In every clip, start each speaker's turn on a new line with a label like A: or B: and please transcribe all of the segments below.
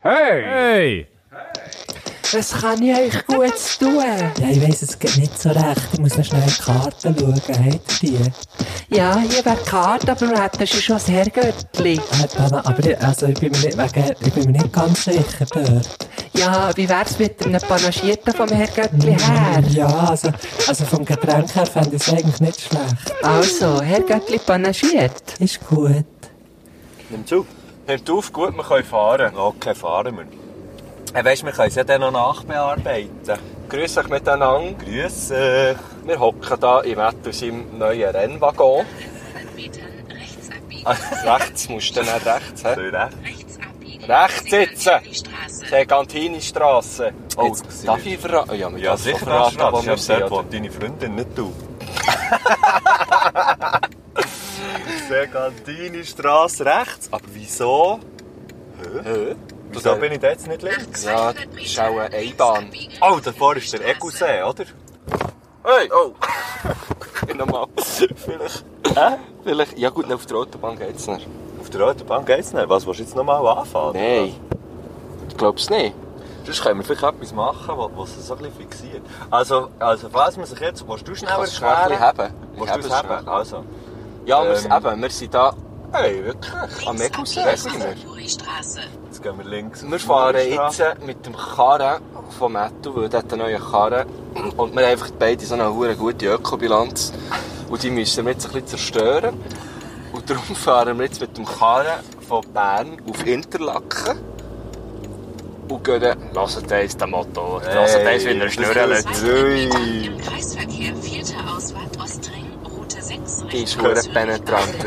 A: Hey!
B: Hey!
C: Was kann ich euch Gutes tun?
D: Ja, ich weiss es geht nicht so recht. Ich muss noch schnell in die Karten schauen. Habt ihr die?
C: Ja, hier wäre die Karte, aber wir hätten sie schon das Herrgöttli.
D: Äh, Dana, aber ich, also ich, bin mir nicht, wegen, ich bin mir nicht ganz sicher dort.
C: Ja, wie wär's mit einem Panagierten vom Herrgöttli her?
D: Ja, also, also vom Getränk her fände ich es eigentlich nicht schlecht.
C: Also, Herrgöttli panagiert.
D: Ist gut.
E: Nimm zu. Hört auf, gut, wir können fahren. Okay, fahren wir. Hey, weißt, wir können es ja dann noch nachbearbeiten.
F: Grüß euch miteinander.
E: Grüße.
F: Wir hocken hier im Ettus im neuen Rennwaggon.
G: Metern rechts abbiegen.
F: Ah, rechts musst du dann rechts. He?
E: Soll recht?
G: Rechts abbiegen.
F: Rechts sitzen.
G: Die Straße.
F: Segantini-Strasse.
E: Oh,
F: Jetzt,
E: das
F: darf
E: sind
F: ich verraten? Ja, wir
E: Ja,
F: dürfen
E: sicher, das
F: verraten,
E: Stadt.
F: wo wir
E: Ich habe
F: sind.
E: dort
F: oder?
E: wohnt deine Freundin, nicht du. Segantini Straße rechts. Aber wieso?
F: Hä?
E: Wieso bin ich da jetzt nicht links?
F: Ja, das ist auch eine Einbahn.
E: Oh, davor ist der Egusee, oder?
F: Hey, oh! Nochmal. Vielleicht. Hä? Vielleicht. Ja, nou gut, auf der Autobahn geht's nicht.
E: Auf der Autobahn geht's nicht. Was willst du jetzt nochmal anfahren?
F: Nein. Ich glaub's nicht.
E: Sonst können wir vielleicht etwas machen, was- was es so ein bisschen fixiert. Also, also falls man sich jetzt... Willst du schneller
F: Kannst du schnell ein bisschen haben? Ich
E: Willst du
F: habe
E: es
F: es
E: haben?
F: schnell.
E: Also.
F: Ja, wir,
E: Ähm.
F: eben, wir sind da
E: Hey, wirklich?
F: am Egusee.
G: Links
F: sind
G: abbiegen.
F: wir.
G: Fluri-Straße.
E: Jetzt gehen wir links.
F: Wir fahren jetzt mit dem Karren von Mattu, weil der hat einen neuen Karren. Und wir haben einfach beide so eine hure gute Ökobilanz. Und die müssen wir jetzt ein bisschen zerstören. Und darum fahren wir jetzt mit dem Karren von Bern auf Interlaken. Und gehen dann... Hört eins den Motor,
E: Hey,
F: hört eins, wie er
E: das
F: schnurrt.
E: ist-
G: Zweite
E: Ui.
G: Abbiegen Im Kreisverkehr vierter Ausfahrt Ostring, Route 6.
F: Die ist
G: Richtung
F: hure
G: Zürich.
F: penetrant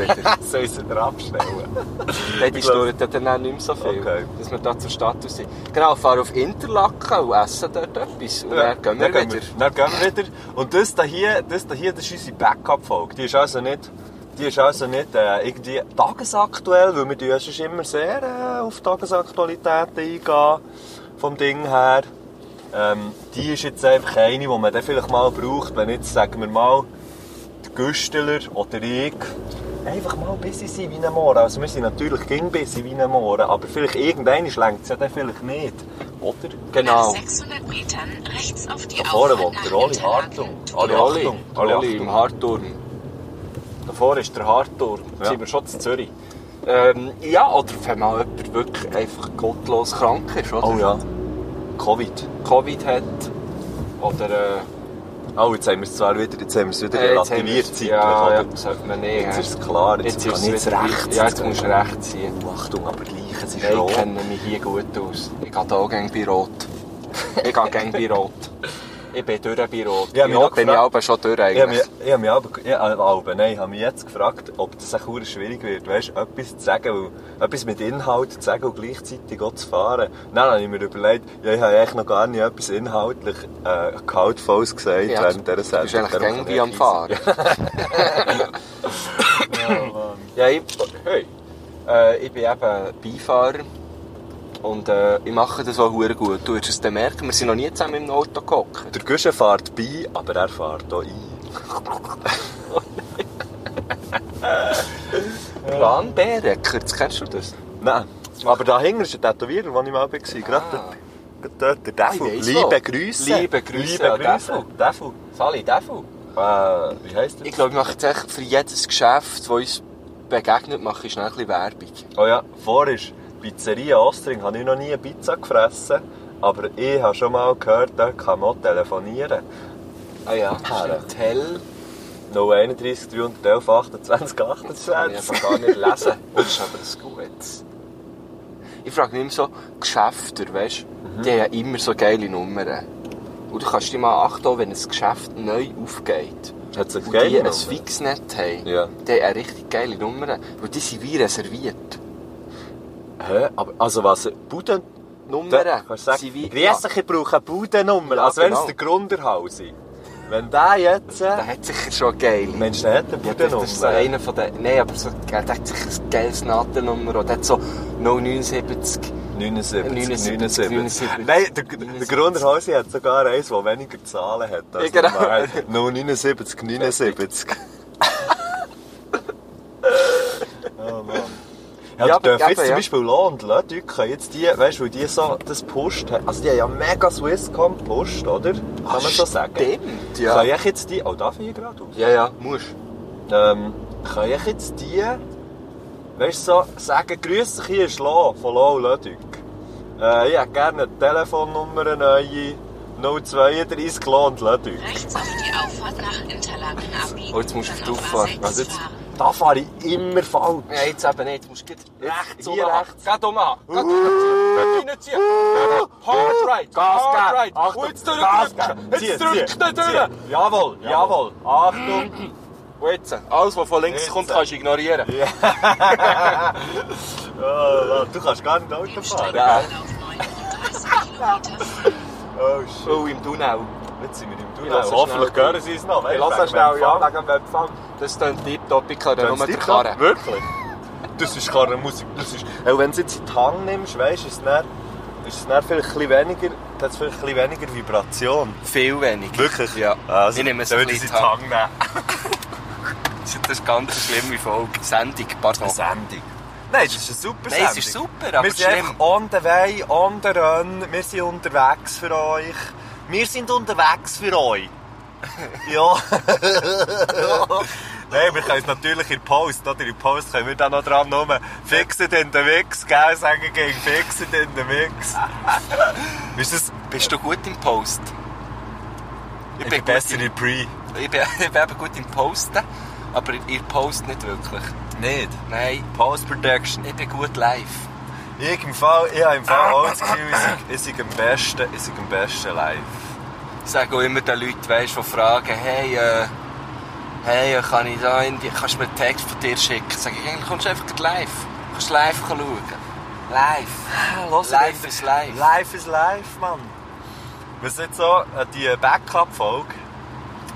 F: wieder.
E: Soll sie dir abstellen?
F: Nein, die schnurrt dann auch nicht mehr so viel,
E: Okay.
F: dass wir da zur Stadt raus sind. Genau, fahren auf Interlaken und essen dort etwas. Und dann gehen wir wieder.
E: Dann gehen wir wieder. Und das da dus hier, das da hier, dus das ist unsere Backup-Folge. Die ist also nicht, die ist also nicht äh, irgendwie tagesaktuell, weil wir tun ja sonst immer sehr äh, auf Tagesaktualitäten eingehen, vom Ding her. Ähm, die ist jetzt einfach eine, die man dann vielleicht mal braucht, wenn jetzt, sagen wir mal, der Güsteler oder ich einfach mal busy sein wie ein Mohren. Also wir sind natürlich ging busy wie ein Mohren, aber vielleicht irgendeiner lenkt es ja dann vielleicht nicht, oder?
G: Nach
F: Genau.
G: 600 Metern rechts auf die
E: Da vorne
G: Auffahrt
E: wohnt der
G: nach
E: Oli
G: Interlaken.
E: Hartung.
F: Alle,
E: Alle
F: alle,
E: Achtung, alle
F: alle
E: Achtung.
F: im Hartturm.
E: Davor ist der Hartturm.
F: Ja.
E: Jetzt sind wir schon in Zürich.
F: Ähm, ja, oder wenn mal jemand wirklich einfach gottlos krank ist, oder?
E: Oh Covid.
F: Covid hat. Oder. Äh,
E: Oh, jetzt haben wir es zwar wieder, jetzt haben wir es wieder
F: äh, jetzt haben
E: relativiert
F: wir's-
E: zeitlich,
F: Ja, ja,
E: aber
F: das sollte man nicht.
E: jetzt
F: ja.
E: ist es klar, jetzt,
F: Jetzt ist es
E: jetzt
F: wieder
E: recht.
F: Ja, jetzt musst du recht sein.
E: Oh, Achtung, aber gleich, es ist
F: Nein,
E: rot.
F: ich kenne mich hier gut aus. Ich gehe hier gerne bei Rot. ich gehe gerne bei Rot. Ich bin durch bei Rot.
E: Ja,
F: bei
E: mich
F: Rot
E: noch
F: bin ich
E: gefragt-
F: aber schon durch
E: Ich habe mich,
F: eigentlich.
E: ich habe mich, aber, ich, habe- aber nein, ich habe mich jetzt gefragt, ob das auch schwierig wird, weißt, etwas zu sagen, weil, etwas mit Inhalt zu sagen und gleichzeitig auch zu fahren. Dann habe ich mir überlegt, ja, ich habe eigentlich noch gar nicht etwas inhaltlich äh, gehaltvolles gesagt
F: Ja,
E: während dieser
F: Du
E: Sendung.
F: bist eigentlich
E: Darum
F: gerne
E: kann
F: wie
E: ich
F: am Fahren. Ja, ich, hey, äh, ich bin eben Beifahrer und äh, ich mache das auch sehr gut. Du wirst es dann merken, wir sind noch nie zusammen im Auto gehockt.
E: Der Guschen fährt bei, aber er fährt auch ein.
F: Plan B, Reckert, kennst du das?
E: Nein, aber da hinten ist ein Tätowierer, wo ich mal war. Gerade
F: Ah.
E: dort, dort, der Deffel.
F: Ah, ich weiss
E: Liebe
F: wo.
E: Grüße.
F: Liebe Grüße
E: Liebe
F: an
E: Grüße. Deffel.
F: Sali, Devil?
E: Äh, wie heisst der?
F: Ich glaube, ich mache jetzt echt für jedes Geschäft, das uns begegnet, mache ich schnell ein bisschen Werbung.
E: Oh ja, vor ist Pizzeria Ostring, habe ich noch nie eine Pizza gefressen. Aber ich habe schon mal gehört, da kann man auch telefonieren.
F: Ah ja,
E: Herren.
F: Tell.
E: 031 311 28
F: Das kann ich
E: 28.
F: einfach gar nicht lesen. Das ist aber das Gutes. Ich frage mich immer so, Geschäfter, weißt
E: Mhm.
F: du, die haben ja immer so geile Nummern. Und du kannst dich mal achten, wenn ein Geschäft neu aufgeht.
E: Hat es eine
F: Und die
E: geile
F: ein
E: Nummer?
F: Fixnet haben,
E: Ja.
F: die haben eine richtig geile Nummer. Weil die sind wie reserviert.
E: Hä? Aber, also was? Buden... Da
F: Nummern
E: kannst du sagen,
F: sind wie... Ah,
E: Grüß dich, ich brauche eine Budennummer.
F: Ja,
E: also wenn es
F: genau.
E: der Grunderhaus ist. Wenn der jetzt...
F: Ja, der hat sicher schon geil.
E: Mensch, der hat eine
F: Ja, das ist
E: Budennummer.
F: so einer von den... Nein, aber so, der hat sicher ein geiles Natennummer. Und der hat so 079...
E: 79, 79.
F: 79.
E: Nein, der, der Grunderhausi hat sogar eins, das weniger Zahlen hat. als
F: Ja, genau.
E: normal. Nur 79, 79. oh Mann. Ja,
F: Ja,
E: ja dürfen jetzt
F: aber- eben,
E: zum
F: ja.
E: Beispiel Lohn und Leute können jetzt die, weißt du, weil die so das pusht haben. Also die haben ja mega Swisscom gepusht, oder? Kann man so sagen.
F: Ah, Stimmt,
E: Ja.
F: ja.
E: Kann ich jetzt die, oh, darf ich hier gerade aus?
F: Ja, ja, musst.
E: Ähm, kann ich jetzt die, weißt du, so sagen, grüß dich, hier ist Lohn von Lohn und Leute. Äh, ich hätte gerne eine Telefonnummer, eine neue 032 Lohn und Leute.
G: Rechts auf die Auffahrt nach Interlaken abbiegen.
F: Oh, jetzt musst du auf die
G: dann auf
F: Auffahrt.
G: A6
F: Was jetzt?
G: fahren.
E: Da fahre ich immer falsch.
F: Ja, jetzt eben nicht. Du musst gleich rechts
E: hier
F: umhaken.
E: rechts.
F: Geht umhaken. Geht reinziehen. Reinziehen. Hard right.
E: Gas
F: Hard
E: geben!
F: right.
E: Achtung,
F: Und jetzt
E: Gas
F: drücken.
E: geben. Zieh,
F: Jetzt drückt
E: zieh,
F: nicht durch.
E: zieh. Jawohl, jawohl! Ah, Achtung!
F: Und jetzt. Alles, was von links
E: Jetzt.
F: kommt, kannst du ignorieren.
E: Oh, du kannst gar nicht Auto fahren.
G: Umsteigen
F: Ja.
G: auf 39 Kilometer vor.
E: Oh shit.
F: Oh, im Tunnel.
E: Jetzt sind wir im
F: Ich
E: Tunnel.
F: lasse
E: Hoffentlich
F: schnell.
E: hören sie es noch.
F: Ich lasse schnell, ja,
E: wegen dem Empfang.
F: Das klingt tiptop. Ich höre nur die Karre.
E: Wirklich? Das ist Karrenmusik. Das ist... Auch wenn du jetzt in die Hand nimmst, weißt du, ist es dann, ist es dann vielleicht ein bisschen weniger, hat es vielleicht ein bisschen weniger Vibration.
F: Viel weniger.
E: Wirklich?
F: Ja.
E: Also,
F: ich nehme es
E: dann
F: ein
E: würde ich
F: bisschen
E: es
F: in
E: in
F: die
E: die
F: Hand.
E: Hand nehmen.
F: Das ist eine ganz schlimme Folge. Sendung, pardon.
E: Sendung. Nein, es ist eine super
F: Nein,
E: Sendung.
F: es ist super, aber
E: Wir sind
F: schlimm.
E: einfach on the way, on the run. Wir sind unterwegs für euch. Wir sind unterwegs für euch. ja. Nein, wir können es natürlich in Post, oder? In Post können wir da noch dran nehmen. Fixet in den Mix, gell? Sagen gegen Fixet in den Mix. Ist das,
F: Bist du gut im Post?
E: ich
F: bin
E: bin
F: gut
E: besser
F: im-
E: in Pre.
F: Ich bin, ich bin eben gut im Posten, aber ihr Post nicht wirklich.
E: Nicht.
F: Nein,
E: Post Production.
F: ich bin gut live.
E: Ich im Fall, ich habe im Fall auch das Gefühl, ich sei- ich sei am besten, ich sei am besten live.
F: Ich sage auch immer den Leuten, weißt, die fragen, hey, äh, hey, äh, kann ich da in die, kannst du mir einen Text von dir schicken? Sag ich, eigentlich kommst du einfach gleich live. Du kannst live schauen. Live.
E: Los,
F: live ist live.
E: Life is life, Mann. Wir sind so äh, die Backup-Folge,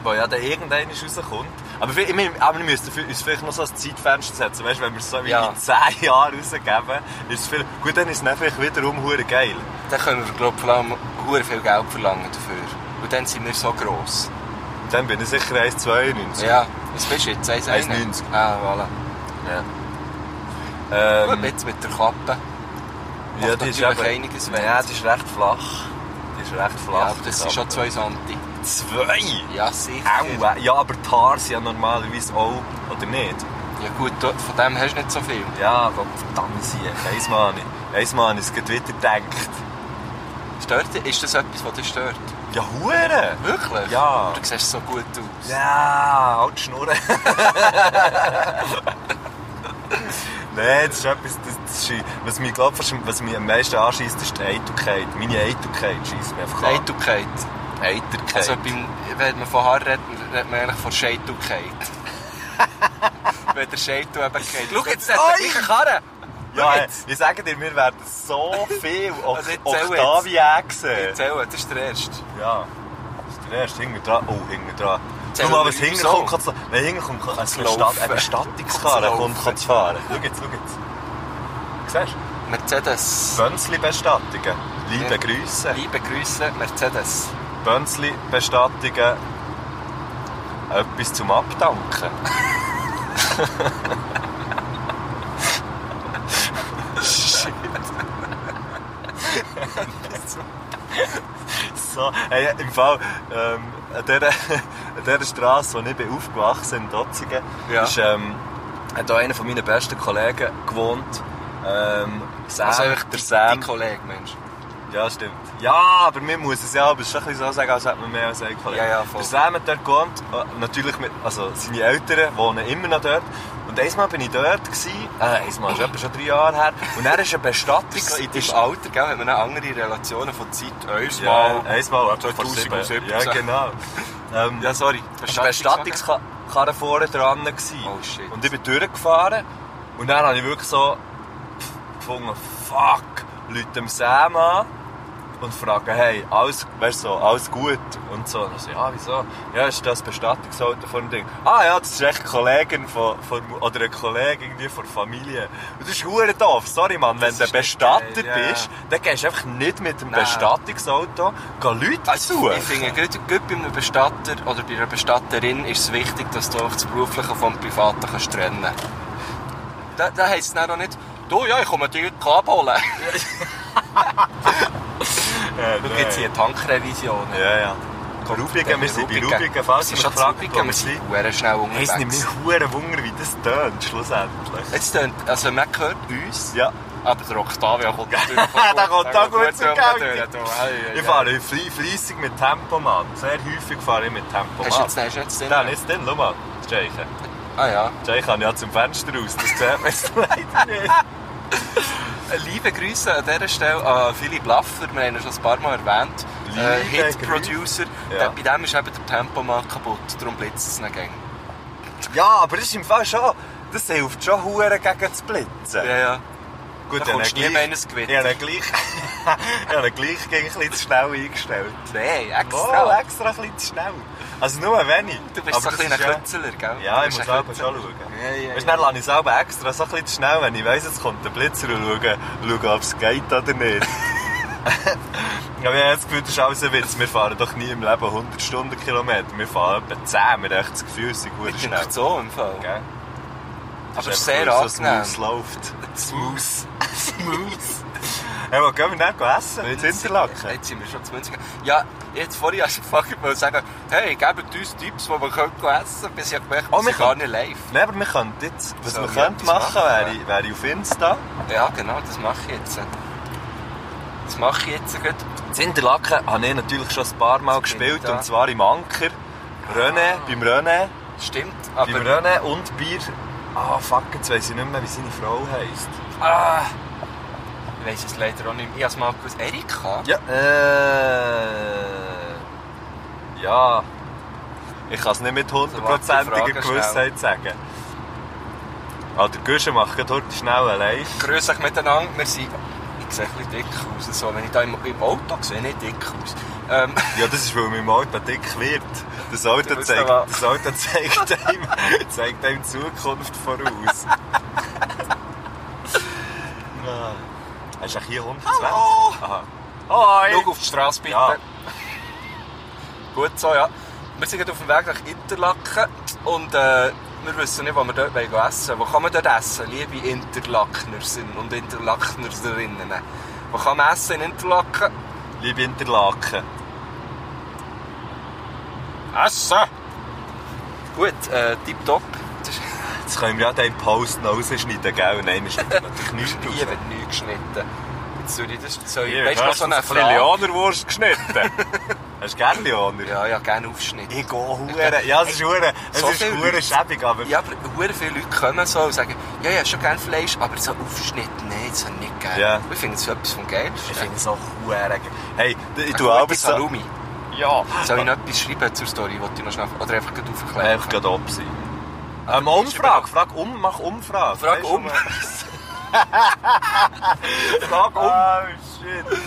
E: die ja dann irgendwann rauskommt. Aber wir, ich meine, aber wir müssen für- uns vielleicht noch so ein Zeitfenster setzen. Weißt, wenn wir es so wie
F: Ja.
E: in 10 Jahren rausgeben, ist es viel. Gut, dann ist es dann vielleicht wiederum hure geil.
F: Dann können wir, glaube ich, vor allem verdammt viel Geld verlangen dafür. Und dann sind wir so gross.
E: Dann bin ich sicher 1,92.
F: Ja, was bist du jetzt?
E: 1,90.
F: Ah, voilà. Gut,
E: Ähm,
F: jetzt mit der Kappe.
E: ja, die ist
F: natürlich
E: eben,
F: einiges wert.
E: Ja, die ist recht flach. Die ist recht
F: Ja,
E: flach.
F: aber das sind
E: die
F: schon zwei Santi.
E: Kappe. zwei.
F: Ja, sicher.
E: Aua. Ja, aber die Haare sind ja normalerweise auch, oder nicht?
F: Ja gut, du- von dem hast du nicht so viel.
E: Ja, Gott, verdammt sie. Eins Mal habe ich, eins Mal habe ich es gerade wieder gedacht.
F: Stört, dich- ist das etwas, was dich stört?
E: Ja, Hure!
F: Wirklich?
E: Ja.
F: Aber Du siehst so gut aus.
E: Ja, halt die Schnurren. Nein, das ist etwas, das, das ist, was mich, glaub, fast- was mich am meisten anschießt, ist die Eitelkeit. Meine Eitelkeit schießt mich einfach an.
F: Eitelkeit.
E: Eitelkeit.
F: Also beim, wenn man von Haar redet, redet man eigentlich von Scheitelkeit. wenn der Scheitel eben geht. Schau jetzt, das
E: Oi!
F: ist gleiche Karre.
E: ja,
F: Schau
E: ey,
F: jetzt.
E: ich sage dir, wir werden so viel o
F: Also jetzt zähl jetzt.
E: Octavia gesehen.
F: Erzähl, das ist der erste.
E: Ja. Das ist der erste, hinten dran. Oh, hinten dran.
F: Zähl
E: Schau mal, was
F: mal,
E: hinten
F: so.
E: kommt, kannst du... Wenn hinten kommt, kannst du... Eine
F: Laufen.
E: Stadt- eine Bestattungskarre
F: Kannst du
E: kommt, kannst du fahren. Schau jetzt, schau jetzt. Siehst du?
F: Mercedes.
E: Bönzli-Bestattungen. Liebe
F: Ja.
E: Grüße.
F: Liebe Grüße, Mercedes.
E: Bönzli-Bestattungen. Etwas zum Abdanken. So, hey, im Fall, ähm, an dieser, an dieser Straße, wo ich bin aufgewachsen in Dotzigen,
F: Ja.
E: ist, ähm, hat auch einer von meinen besten Kollegen gewohnt. Ähm, Sam,
F: Also eigentlich
E: der Sam.
F: Dein Kollege, Mensch.
E: Ja, stimmt. Ja, aber man muss es ja aber es ist schon ein bisschen so sagen, als hätte man mehr als einen Kollegen.
F: Ja, ja, voll.
E: Der Sam hat dort gewohnt, äh, natürlich mit, also seine Eltern wohnen immer noch dort. Und einmal bin ich dort, gewesen, äh, einmal ist etwa schon drei Jahre her, und er ist eine Bestattung
F: In deinem Alter gell, hat man auch andere Relationen von Zeit. Eins
E: Ja,
F: Mal.
E: einmal, etwa vor
F: 2007.
E: sieben. Ja, genau. Ähm,
F: Ja, sorry.
E: Eine Bestattungskarre vorne dran. Gewesen.
F: Oh, shit.
E: Und ich bin durchgefahren. Und dann habe ich wirklich so pf- gefunden, fuck, Leute dem Sam an und fragen, hey, alles, weißt, so, alles gut? Und so. Und ich so, ja, wieso? Ja, ist das Bestattungsauto von dem Ding? Ah ja, das ist echt eine Kollegin von, von, oder eine Kollegin irgendwie von der Familie. Und das ist hure doof. Sorry, Mann, wenn
F: Das
E: du
F: ist nicht
E: Bestatter
F: geil, ja.
E: bist, dann gehst du einfach nicht mit dem
F: Nein.
E: Bestattungsauto gehen Leute
F: Also,
E: suchen.
F: ich finde, gerade, gerade bei einem Bestatter oder bei einer Bestatterin ist es wichtig, dass du auch das Berufliche vom Privaten kannst trennen kannst. Da, da heisst es dann auch nicht, Du, ja, ich komme dich heute abholen.
E: Äh,
F: Da gibt es hier eine Tankrevision.
E: Ja, ja. Rubigen, wir sind bei Rubigen, falls ihr
F: ich
E: mich
F: fragt,
E: fragt,
F: Rubigen,
E: wo
F: wir
E: wir
F: sind
E: sind.
F: sehr schnell
E: Es nimmt
F: unterwegs.
E: mich hure Wunder, wie das tönt, schlussendlich.
F: Jetzt tönt, also man hört uns,
E: Ja.
F: aber der Octavia kommt natürlich
E: Der kommt auch gut zur Geltung. Ich
F: Ich
E: fahre
F: fahre.
E: fle- fleissig mit Tempomat. Sehr häufig fahre ich mit
F: Hast du jetzt,
E: Tempomat.
F: hast du jetzt den?
E: Nein, jetzt dann, schau mal. Jake.
F: Ah ja.
E: Jake kann ja zum Fenster raus, das sieht man jetzt leider nicht.
F: Liebe Grüße an dieser Stelle an Philipp Laffer, wir haben ihn schon ein paar Mal erwähnt. Äh,
E: Liebe
F: Hit-Producer.
E: Ja.
F: Der- Bei dem ist eben der Tempomat kaputt, darum blitzt es nicht gäng.
E: Ja, aber das ist im Fall schon... Das hilft schon hure gegen das Blitzen.
F: Ja, ja.
E: Gut, ich
F: Da
E: habe
F: kommst du nie
E: gleich-
F: mehr in ein Gewitter.
E: Ich habe ihn gleich, ich habe ihn gleich gegen ein bisschen zu schnell eingestellt.
F: Nein,
E: Extra.
F: extra.
E: Mal extra ein bisschen zu schnell. Also nur wenig.
F: Du bist so ein
E: das
F: kleiner
E: ist ja-
F: Künstler, gell?
E: Ja,
F: Du
E: ich
F: bist
E: muss
F: ein
E: selber schon schauen.
F: Ja, ja,
E: Weißt,
F: ja.
E: dann lasse ich selber extra so ein bisschen zu schnell, wenn ich weiss, jetzt kommt der Blitzer und schaue, schaue ob es geht oder nicht. Ja, wir haben das Gefühl, das ist alles ein Witz. Wir fahren doch nie im Leben 100 Stundenkilometer. Wir fahren etwa 10. Wir haben echt das Gefühl, es sei gut
F: Künstler.
E: schnell.
F: Ist so im Fall.
E: Gell?
F: Aber
E: Das ist
F: sehr
E: einfach, weil
F: angenehm.
E: es so smooth läuft.
F: Smooth. Smooth.
E: Hey, wo gehen wir dann essen? In Interlaken?
F: Jetzt sind wir schon zu München. Ja, jetzt vorhin hast du gefragt, ich wollte sagen, hey, gebt uns Tipps, die wir können essen können, bis ich gemerkt habe,
E: Oh,
F: oh,
E: wir
F: wir gar
E: können-
F: nicht live.
E: Nein, aber wir könnten jetzt... Was
F: So,
E: wir
F: wir
E: könnten
F: etwas
E: machen,
F: machen,
E: wäre, wäre auf Insta...
F: Ja, genau, das mache ich jetzt. Das mache ich jetzt gut.
E: In Interlaken habe ich ah, natürlich schon ein paar Mal
F: Jetzt bin
E: gespielt,
F: ich da.
E: und zwar im Anker. René, beim René.
F: Stimmt,
E: Ah. Beim
F: aber...
E: René und Bier. Ah, fuck, jetzt weiss ich nicht mehr, wie seine Frau heisst.
F: Ah, ich weiss es leider auch nicht mehr. Ich habe es mal gewusst. Erika?
E: Ja. Äh. Ja. Ich kann es nicht mit
F: Also, warte,
E: hundertprozentiger
F: die Frage
E: Gewissheit sagen. Ah, der Guschen macht gerade heute schnell allein.
F: Grüß euch miteinander. Wir sind... Ich sehe ein bisschen dick aus. und So. Wenn ich da im, im Auto sehe, nicht dick aus. Ähm,
E: Ja, das ist, weil mein Auto dick wird. Das Auto
F: Du musst
E: zeigt,
F: aber-
E: das Auto zeigt, ihm, zeigt ihm die Zukunft voraus. Ja. Hast du eigentlich hier 120?
F: Hallo!
E: Aha. Hoi!
F: Schau auf die Straße bitte.
E: Ja.
F: Gut so, ja. Wir sind gerade auf dem Weg nach Interlaken und äh, wir wissen nicht, wo wir dort wollen essen wollen. Wo kann man dort essen, liebe Interlakenerinnen und Interlakenerinnen? Wo kann man essen in Interlaken?
E: Liebe Interlaken.
F: Essen! Gut, äh, tipptopp. Das ist
E: Jetzt können wir ja den Post noch rausschneiden, gell? Nein, wir schneiden natürlich nichts raus.
F: hier wird neu geschnitten. Jetzt soll ich das... Soll ich,
E: Hier,
F: weißt du, noch so eine
E: hast du ein bisschen
F: Frage?
E: Lionerwurst geschnitten? Hast du gerne Lioner?
F: Ja, ja, gerne Aufschnitt.
E: Ich gehe hure. Ja, es ist hure. Es
F: So
E: ist
F: viele
E: hure
F: Leute.
E: schäbig, aber...
F: Ja, aber hure viele Leute kommen so und sagen, ja, ja, schon gerne Fleisch, aber so Aufschnitt, nein, das habe ich nicht gerne.
E: Ja.
F: Ich finde das so etwas vom Geilsten.
E: Ich finde es auch hure. geil. Hey, ich
F: Eine
E: tue
F: gute
E: aber so...
F: Salami.
E: Ja.
F: Soll ich noch etwas schreiben zur Story, die du noch schnell... Oder einfach gleich aufklären?
E: Einfach gerade ob sein. Ähm,
F: überall-
E: Umfrage, frag um, mach Umfrage.
F: Frag
E: Weisst du
F: um.
E: mal? Frag um. Oh shit.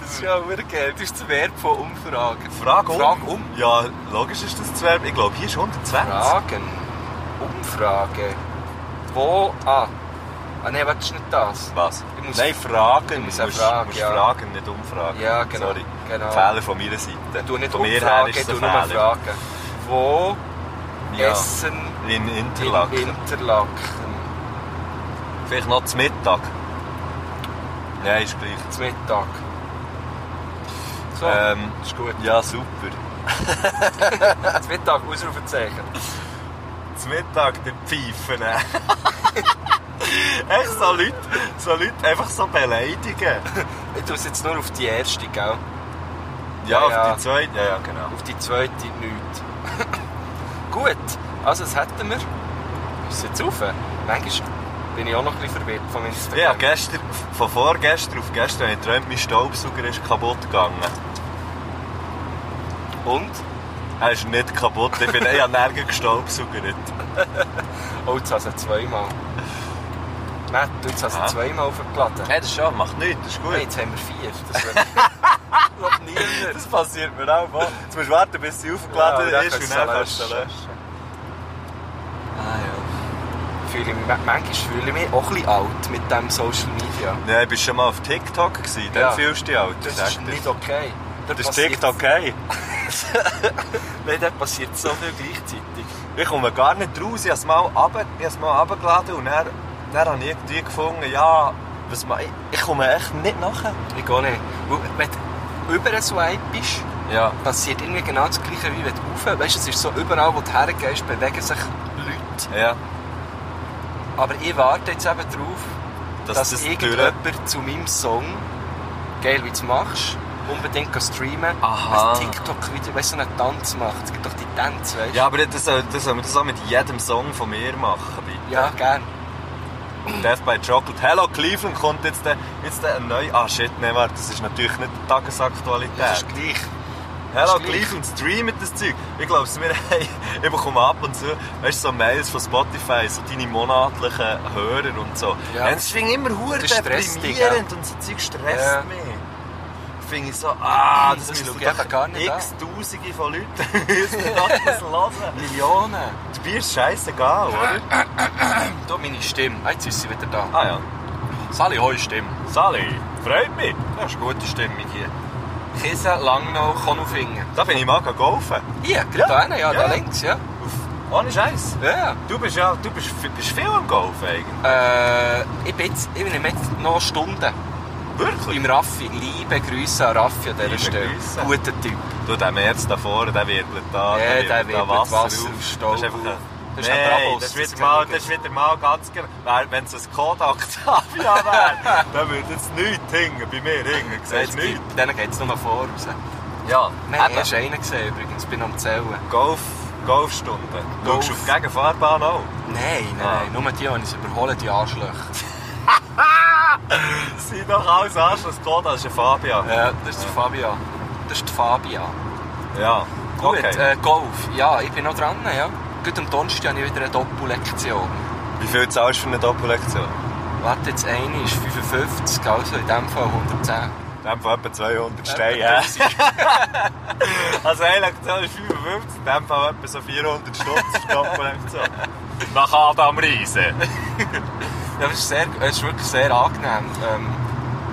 F: Das ist ja hure geil. Das ist das Verb von Umfragen.
E: Frag um.
F: Frag um.
E: Ja, logisch ist das Zwerg. Ich glaube, hier ist 120.
F: Fragen. Umfrage. Wo... Ah. Ah, nein, warte, das ist nicht das.
E: Was?
F: Ich muss-
E: Nein, Fragen.
F: Ich muss
E: Du
F: auch
E: musst,
F: fragen,
E: musst
F: ja.
E: fragen, nicht umfragen.
F: Ja, genau,
E: Sorry.
F: genau.
E: Fehler von meiner Seite.
F: Du nicht
E: von mir her
F: Umfrage,
E: ist es
F: du
E: ein
F: nur
E: Fehler.
F: Fragen. Wo
E: Ja.
F: essen
E: In
F: in
E: Interlaken.
F: Interlaken?
E: Vielleicht noch zum Mittag. Nein, ist gleich.
F: Zum Mittag. So,
E: Ähm,
F: ist gut.
E: ja, super.
F: Zum Mittag, Ausrufezeichen.
E: Zum Mittag den Pfeifen. Echt so Leute, so Leute einfach so beleidigen.
F: Ich tue es jetzt nur auf die erste, gell?
E: Ja,
F: Ja, ja.
E: auf die zweite. Ja, ja, genau.
F: Auf die zweite nicht. Gut, also das hätten wir. Ist jetzt auf? Manchmal bin ich auch noch ein bisschen verwirrt vom Instagram.
E: Ja, gestern, von vorgestern auf gestern habe ich geträumt, mein Staubsauger ist kaputt gegangen.
F: Und?
E: Er ist nicht kaputt, ich, bin, ich habe nirgends gestaubsaugert.
F: Oh, jetzt hast du zweimal. Matt, du jetzt hast du
E: Ah.
F: zweimal auf der Platte.
E: Nein, das ist schon, macht nichts, das ist gut.
F: Nein, jetzt haben wir vier. Das wird Glaub niemand.
E: Das passiert mir auch. mal. Jetzt musst du warten, bis sie aufgeladen
F: Ja, und
E: ist
F: dann
E: und
F: kannst du
E: dann kannst du
F: sie
E: sie löschen. Ah,
F: Fühle ich mich, manchmal fühle ich mich auch ein bisschen alt mit dem Social Media.
E: ja. Nein, bist du schon mal auf TikTok gewesen? Dann
F: Ja.
E: fühlst du dich alt.
F: Das ist
E: sagt er.
F: nicht okay. Da
E: Das ist
F: passiert-
E: TikTok, hey.
F: Nein, da passiert so viel gleichzeitig.
E: Ich komme gar nicht raus. Ich habe es mal runtergeladen und dann dann habe ich irgendwie gefunden, ja, was ma- ich, ich komme echt nicht nachher.
F: Ich gehe nicht. Weil, wenn du über Swipe bist,
E: Ja.
F: passiert irgendwie genau das Gleiche, wie wenn du rauf. Weißt du, es ist so, überall, wo du hergehst, bewegen sich Leute.
E: Ja.
F: Aber ich warte jetzt eben darauf,
E: Dass
F: dass,
E: das
F: irgendjemand zu meinem Song, geil wie du es machst, unbedingt kann streamen
E: Aha.
F: ein TikTok-Video, weißt du, so einen Tanz macht. Es gibt doch die Tänze, weißt du?
E: Ja, aber das soll, das soll man das auch mit jedem Song von mir machen, bitte.
F: ja, gern.
E: Death by Chocolate. Hello Cleveland kommt jetzt, der, jetzt der ein neuer... Ah, shit, nein, warte, das ist natürlich nicht die Tagesaktualität.
F: Das ist gleich.
E: Hello
F: ist gleich.
E: Cleveland, streamt das Zeug. Ich glaube, wir haben... Ich bekomme ab und zu, weißt du, so Mails von Spotify, so deine monatlichen Hörer und so.
F: Ja.
E: Ja. Und es finde ich immer verdammt
F: Das stresst dich,
E: deprimierend und so Zeug stresst
F: Ja.
E: mich. Finde ich so, ah, das,
F: Das
E: müssen
F: schaut
E: doch
F: eben gar nicht
E: x Tausende von Leuten müssen das hören.
F: Millionen.
E: Das Bier ist scheißegal, oder?
F: Da meine Stimme. Ah, Jetzt ist sie wieder da.
E: Ah ja.
F: Sally, hoi Stimme.
E: Sally, freut mich.
F: Das ist eine gute Stimme hier. Kiesen, Langnau, Konufingen.
E: Da bin ich mal golfen.
F: Hier, gerade
E: Ja.
F: da hinten, ja, da
E: Ja.
F: links, ja.
E: Ohne Scheiß.
F: Ja.
E: Du bist ja, du bist, bist viel am Golfen eigentlich.
F: Äh, ich bin jetzt, ich nehme jetzt noch Stunden
E: Wirklich?
F: beim Raffi. Liebe Grüße an Raffi an dieser
E: Liebe
F: Stelle.
E: Grüße.
F: Guter Typ.
E: Du, der März da vorne, der wirbelt da.
F: Ja, der
E: da
F: wirbelt Wasser auf, Staub
E: Das ist einfach
F: auf.
E: ein...
F: Das ist ein
E: Nein,
F: Trabos,
E: das ist
F: das
E: wieder mal,
F: Zeug.
E: das ist wieder mal ganz genau. Wär- Wenn es ein Kodak Octavia wäre, dann würde jetzt nichts hingen, bei mir hingen. Siehst du nichts?
F: Denen geht es nur voraus.
E: Ja,
F: Nein, ich habe einen gesehen übrigens, bin am Zählen.
E: Golf, Golfstunden. Du
F: Golf.
E: bist auf die Gegenfahrbahn auch.
F: Nein,
E: Ah.
F: nein, nur die, die uns überholen, die Arschlöcher.
E: Das sind doch alles Anschluss Kodak, das ist ein Fabian.
F: Ja, das ist der Fabian. Das ist die Fabian.
E: Ja,
F: Gut,
E: okay.
F: äh, Golf. Ja, ich bin noch dran, ja. Gut, am Donnerstag habe ich wieder eine Doppellektion.
E: Wie viel zahlst du für eine Doppellektion?
F: Warte, jetzt eine ist 55, also in dem Fall 110.
E: In dem Fall etwa 200 Steine. Ja. Äh, also eine Lektion ist 55, in dem Fall etwa so 400 Stutz für die Doppellektion. Nach Adam Riese.
F: Ja, das ist, sehr, das ist wirklich sehr angenehm. Ähm,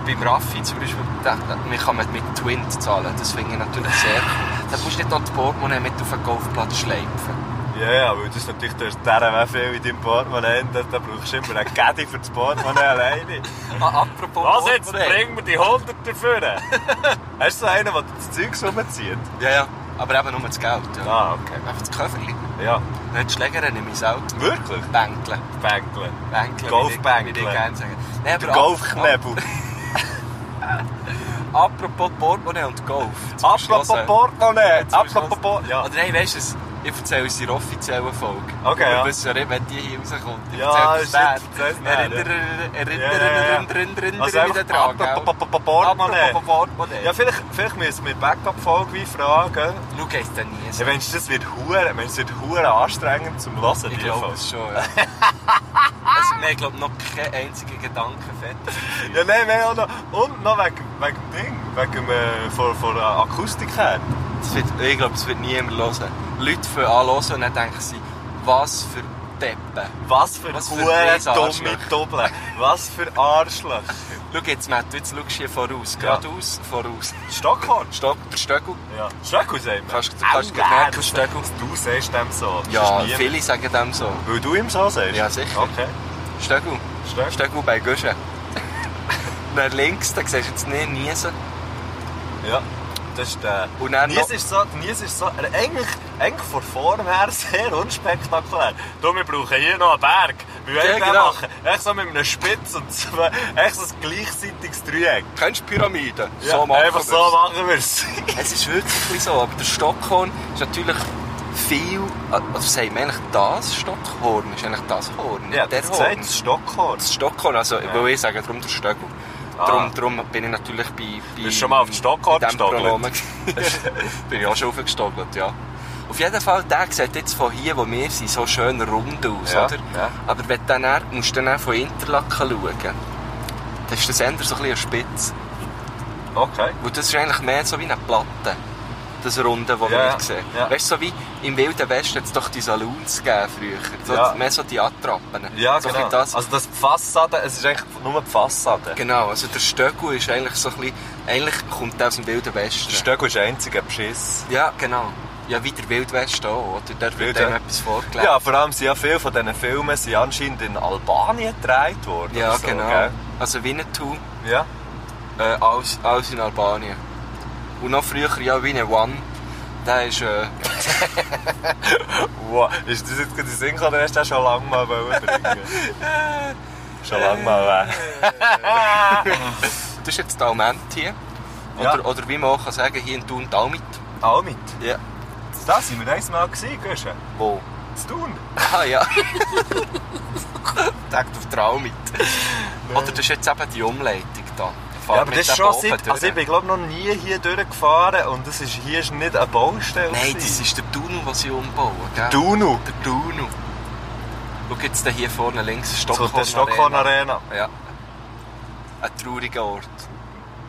F: beim Raffi zum Beispiel, da, da, man kann mit, mit Twint zahlen, das finde ich natürlich sehr cool. Da musst du nicht auch die Portemonnaie mit auf den Golfplatz schleifen.
E: Ja, ja, weil das ist natürlich durch der viel in deinem Portemonnaie, da, da brauchst du immer eine Kette für das Portemonnaie alleine.
F: Ah, apropos Portemonnaie.
E: mir die 100 dafür. Hast du so einen, der das Zeug rumzieht?
F: Ja, ja, aber eben nur das Geld. Ja.
E: Ah, okay.
F: Einfach das Köfferchen.
E: Ja,
F: Nicht die Schläger nehme ich selten.
E: wirklich?
F: Bänkle.
E: Bänkle.
F: Bänkle.
E: Golfbänkle.
F: Wie ich gerne sagen. Nein,
E: Der
F: aber ap-
E: Golfknebel.
F: ap- Apropos Portemonnaie und Golf. Zum Schluss,
E: Apropos
F: äh,
E: Portemonnaie.
F: zum Schluss.
E: Apropos Portemonnaie. äh. Ja.
F: Oder nein, weißt du, es- ich erzähle es in der offiziellen Folge.
E: Okay,
F: Wir
E: ja.
F: wissen ja nicht, wenn die hier rauskommt. Ich
E: Ja,
F: erzähle es
E: shit,
F: dann.
E: erzähl's dann,
F: Erinnern,
E: Ja, ja, ja.
F: erinnern, erinnern, erinnern,
E: Also
F: wieder dran.
E: einfach
F: gell? Ah,
E: apropos Portemonnaie.
F: Apropos Portemonnaie.
E: Ja, vielleicht, vielleicht müssen wir die Backup-Folge wie fragen.
F: Schau, geht's dann nie.
E: Ja, meinst du, das wird hure, meinst du, das wird hure anstrengend zum Hören,
F: Ich
E: die
F: glaube
E: Folge?
F: es schon, ja. also, wir haben, glaube noch keinen einzigen Gedanken fertig.
E: Ja, nein, wir haben auch noch, und noch wegen, wegen dem Ding, wegen dem, äh, von, von der Akustik her.
F: Das wird, ich glaube, das wird niemand hören. Leute fangen an hören und dann denken sie, was für Deppen.
E: Was für
F: Was für
E: hure
F: ein
E: dumme
F: Arschloch.
E: Doppel. Was für Arschlöcher.
F: Schau jetzt, Matt, jetzt schaust du hier voraus. Geradeaus, voraus.
E: Stockhorn.
F: Stopp, der Stöckel.
E: Ja. Stöckel sagt man.
F: Kannst- du kannst
E: Au,
F: gerade merken,
E: das-
F: Stöckel.
E: Du sagst dem so.
F: Ja,
E: Sonst niemand.
F: viele sagen dem so.
E: Weil du ihm so sagst?
F: Ja, sicher.
E: Okay.
F: Stöckel.
E: Stöckel.
F: Stöckel bei Guschen. Dann links, da siehst du jetzt nie niesen.
E: Ja, das ist der.
F: Und dann
E: Nies
F: noch-
E: ist so, Nies ist so, äh, eigentlich, eigentlich von vorn her sehr unspektakulär. Du, wir brauchen hier noch einen Berg. Wie wollen
F: Ja,
E: wir den
F: genau.
E: machen? Echt so mit einer Spitze und zwei, echt so ein gleichseitiges Dreieck.
F: Kennst du Pyramiden?
E: Ja, einfach so machen wir es.
F: Es ist wirklich so, aber der Stockhorn ist natürlich viel... Also sagt man eigentlich das Stockhorn? Ist eigentlich das Horn? nicht
E: ja,
F: der
E: das
F: Horn?
E: gesagt, das Stockhorn.
F: Das Stockhorn, also ja. weil ich sage, darum der Stöckel.
E: Ah.
F: Darum, darum bin ich natürlich bei... bei
E: Bist du schon mal auf den Stockhorn
F: bei dem
E: gestogelt?
F: Pronomen. bin ich auch schon aufgestogelt, ja. Auf jeden Fall, der sieht jetzt von hier, wo wir sind, so schön rund aus,
E: Ja,
F: oder?
E: ja.
F: Aber wenn du dann, her- musst du dann von Interlaken schauen, dann ist das Ende so ein bisschen spitz.
E: Okay.
F: Weil das ist eigentlich mehr so wie eine Platte. Das Runde, das
E: Ja,
F: wir sehen.
E: ja.
F: Weißt du, so wie im Wilden Westen hat es doch die Saloons gegeben früher. So,
E: Ja.
F: Mehr so die Attrappen.
E: Ja,
F: so ein
E: genau.
F: bisschen Das,
E: Also das die Fassade, es ist eigentlich nur die Fassade.
F: Genau, also der Stöckel ist eigentlich so ein bisschen, eigentlich kommt der aus dem Wilden Westen.
E: Der Stöckel ist der einzige Beschiss.
F: ja, genau. Ja, wie der Wildwest auch, oder? Der wird
E: Wild-
F: dem etwas vorgelegt.
E: Ja, vor allem sind ja viele von diesen Filmen sind anscheinend in Albanien gedreht worden.
F: Ja,
E: oder so,
F: genau.
E: gell?
F: Also Winnetou,
E: Ja.
F: äh, alles, alles in Albanien. Und noch früher, ja, Winne One. Der ist, äh,
E: Wow. Ist das jetzt gerade in den Sinn gekommen, oder hast du den schon lange mal wollen bringen? schon lange mal weg.
F: das ist jetzt Dalment hier.
E: Ja.
F: Oder, oder wie man auch kann sagen, hier in Thun Dalmit.
E: Auch mit.
F: Ja.
E: Da sind wir einmal gesehen, gehst du?
F: Wo?
E: Zu tun.
F: Ah ja. Denkt auf Traumit. Oder das ist jetzt eben die Umleitung da. Fahr
E: Ja, aber
F: mit
E: das ist
F: dem
E: schon
F: oben
E: seit, ah,
F: durch.
E: also ich bin glaube noch nie hier durchgefahren und das ist, hier ist nicht eine Baustelle.
F: Nein, das
E: gewesen.
F: ist der Tunnel, den sie umbauen. Gell?
E: Dunu.
F: Der Tunnel. Schau jetzt da hier vorne links,
E: Zu
F: Stockholm.
E: der Stockholm Arena.
F: Ja. Ein trauriger Ort.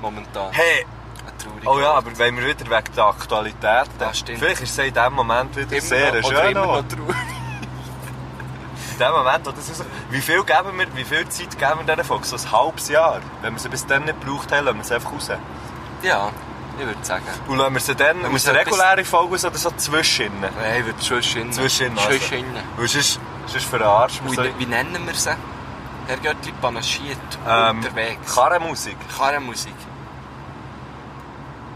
F: Momentan.
E: Hey,
F: Ein trauriger
E: oh ja,
F: Ort.
E: aber wenn wir wieder wegen der Aktualität,
F: Das stimmt.
E: vielleicht ist es in diesem Moment wieder
F: Immer
E: sehr
F: noch,
E: schön.
F: oder immer noch traurig.
E: In dem Moment, wo das rauskommt. Wie viel, geben wir, wie viel Zeit geben wir diesen Folge? So ein halbes Jahr. Wenn wir sie bis dann nicht gebraucht haben, lassen wir sie einfach raus.
F: Ja, ich würde sagen.
E: Und lassen wir sie dann,
F: wir
E: muss
F: sie
E: eine
F: etwas-
E: reguläre Folge raus oder so zwischen.
F: Nein, ich würde schon schinnen.
E: Zwischen. also.
F: Schon schinnen.
E: Weil sonst, sonst verarschen wir
F: Wie,
E: so.
F: wie nennen wir sie? Herr Göttli panaschiert
E: Ähm,
F: unterwegs.
E: Karrenmusik.
F: Karrenmusik.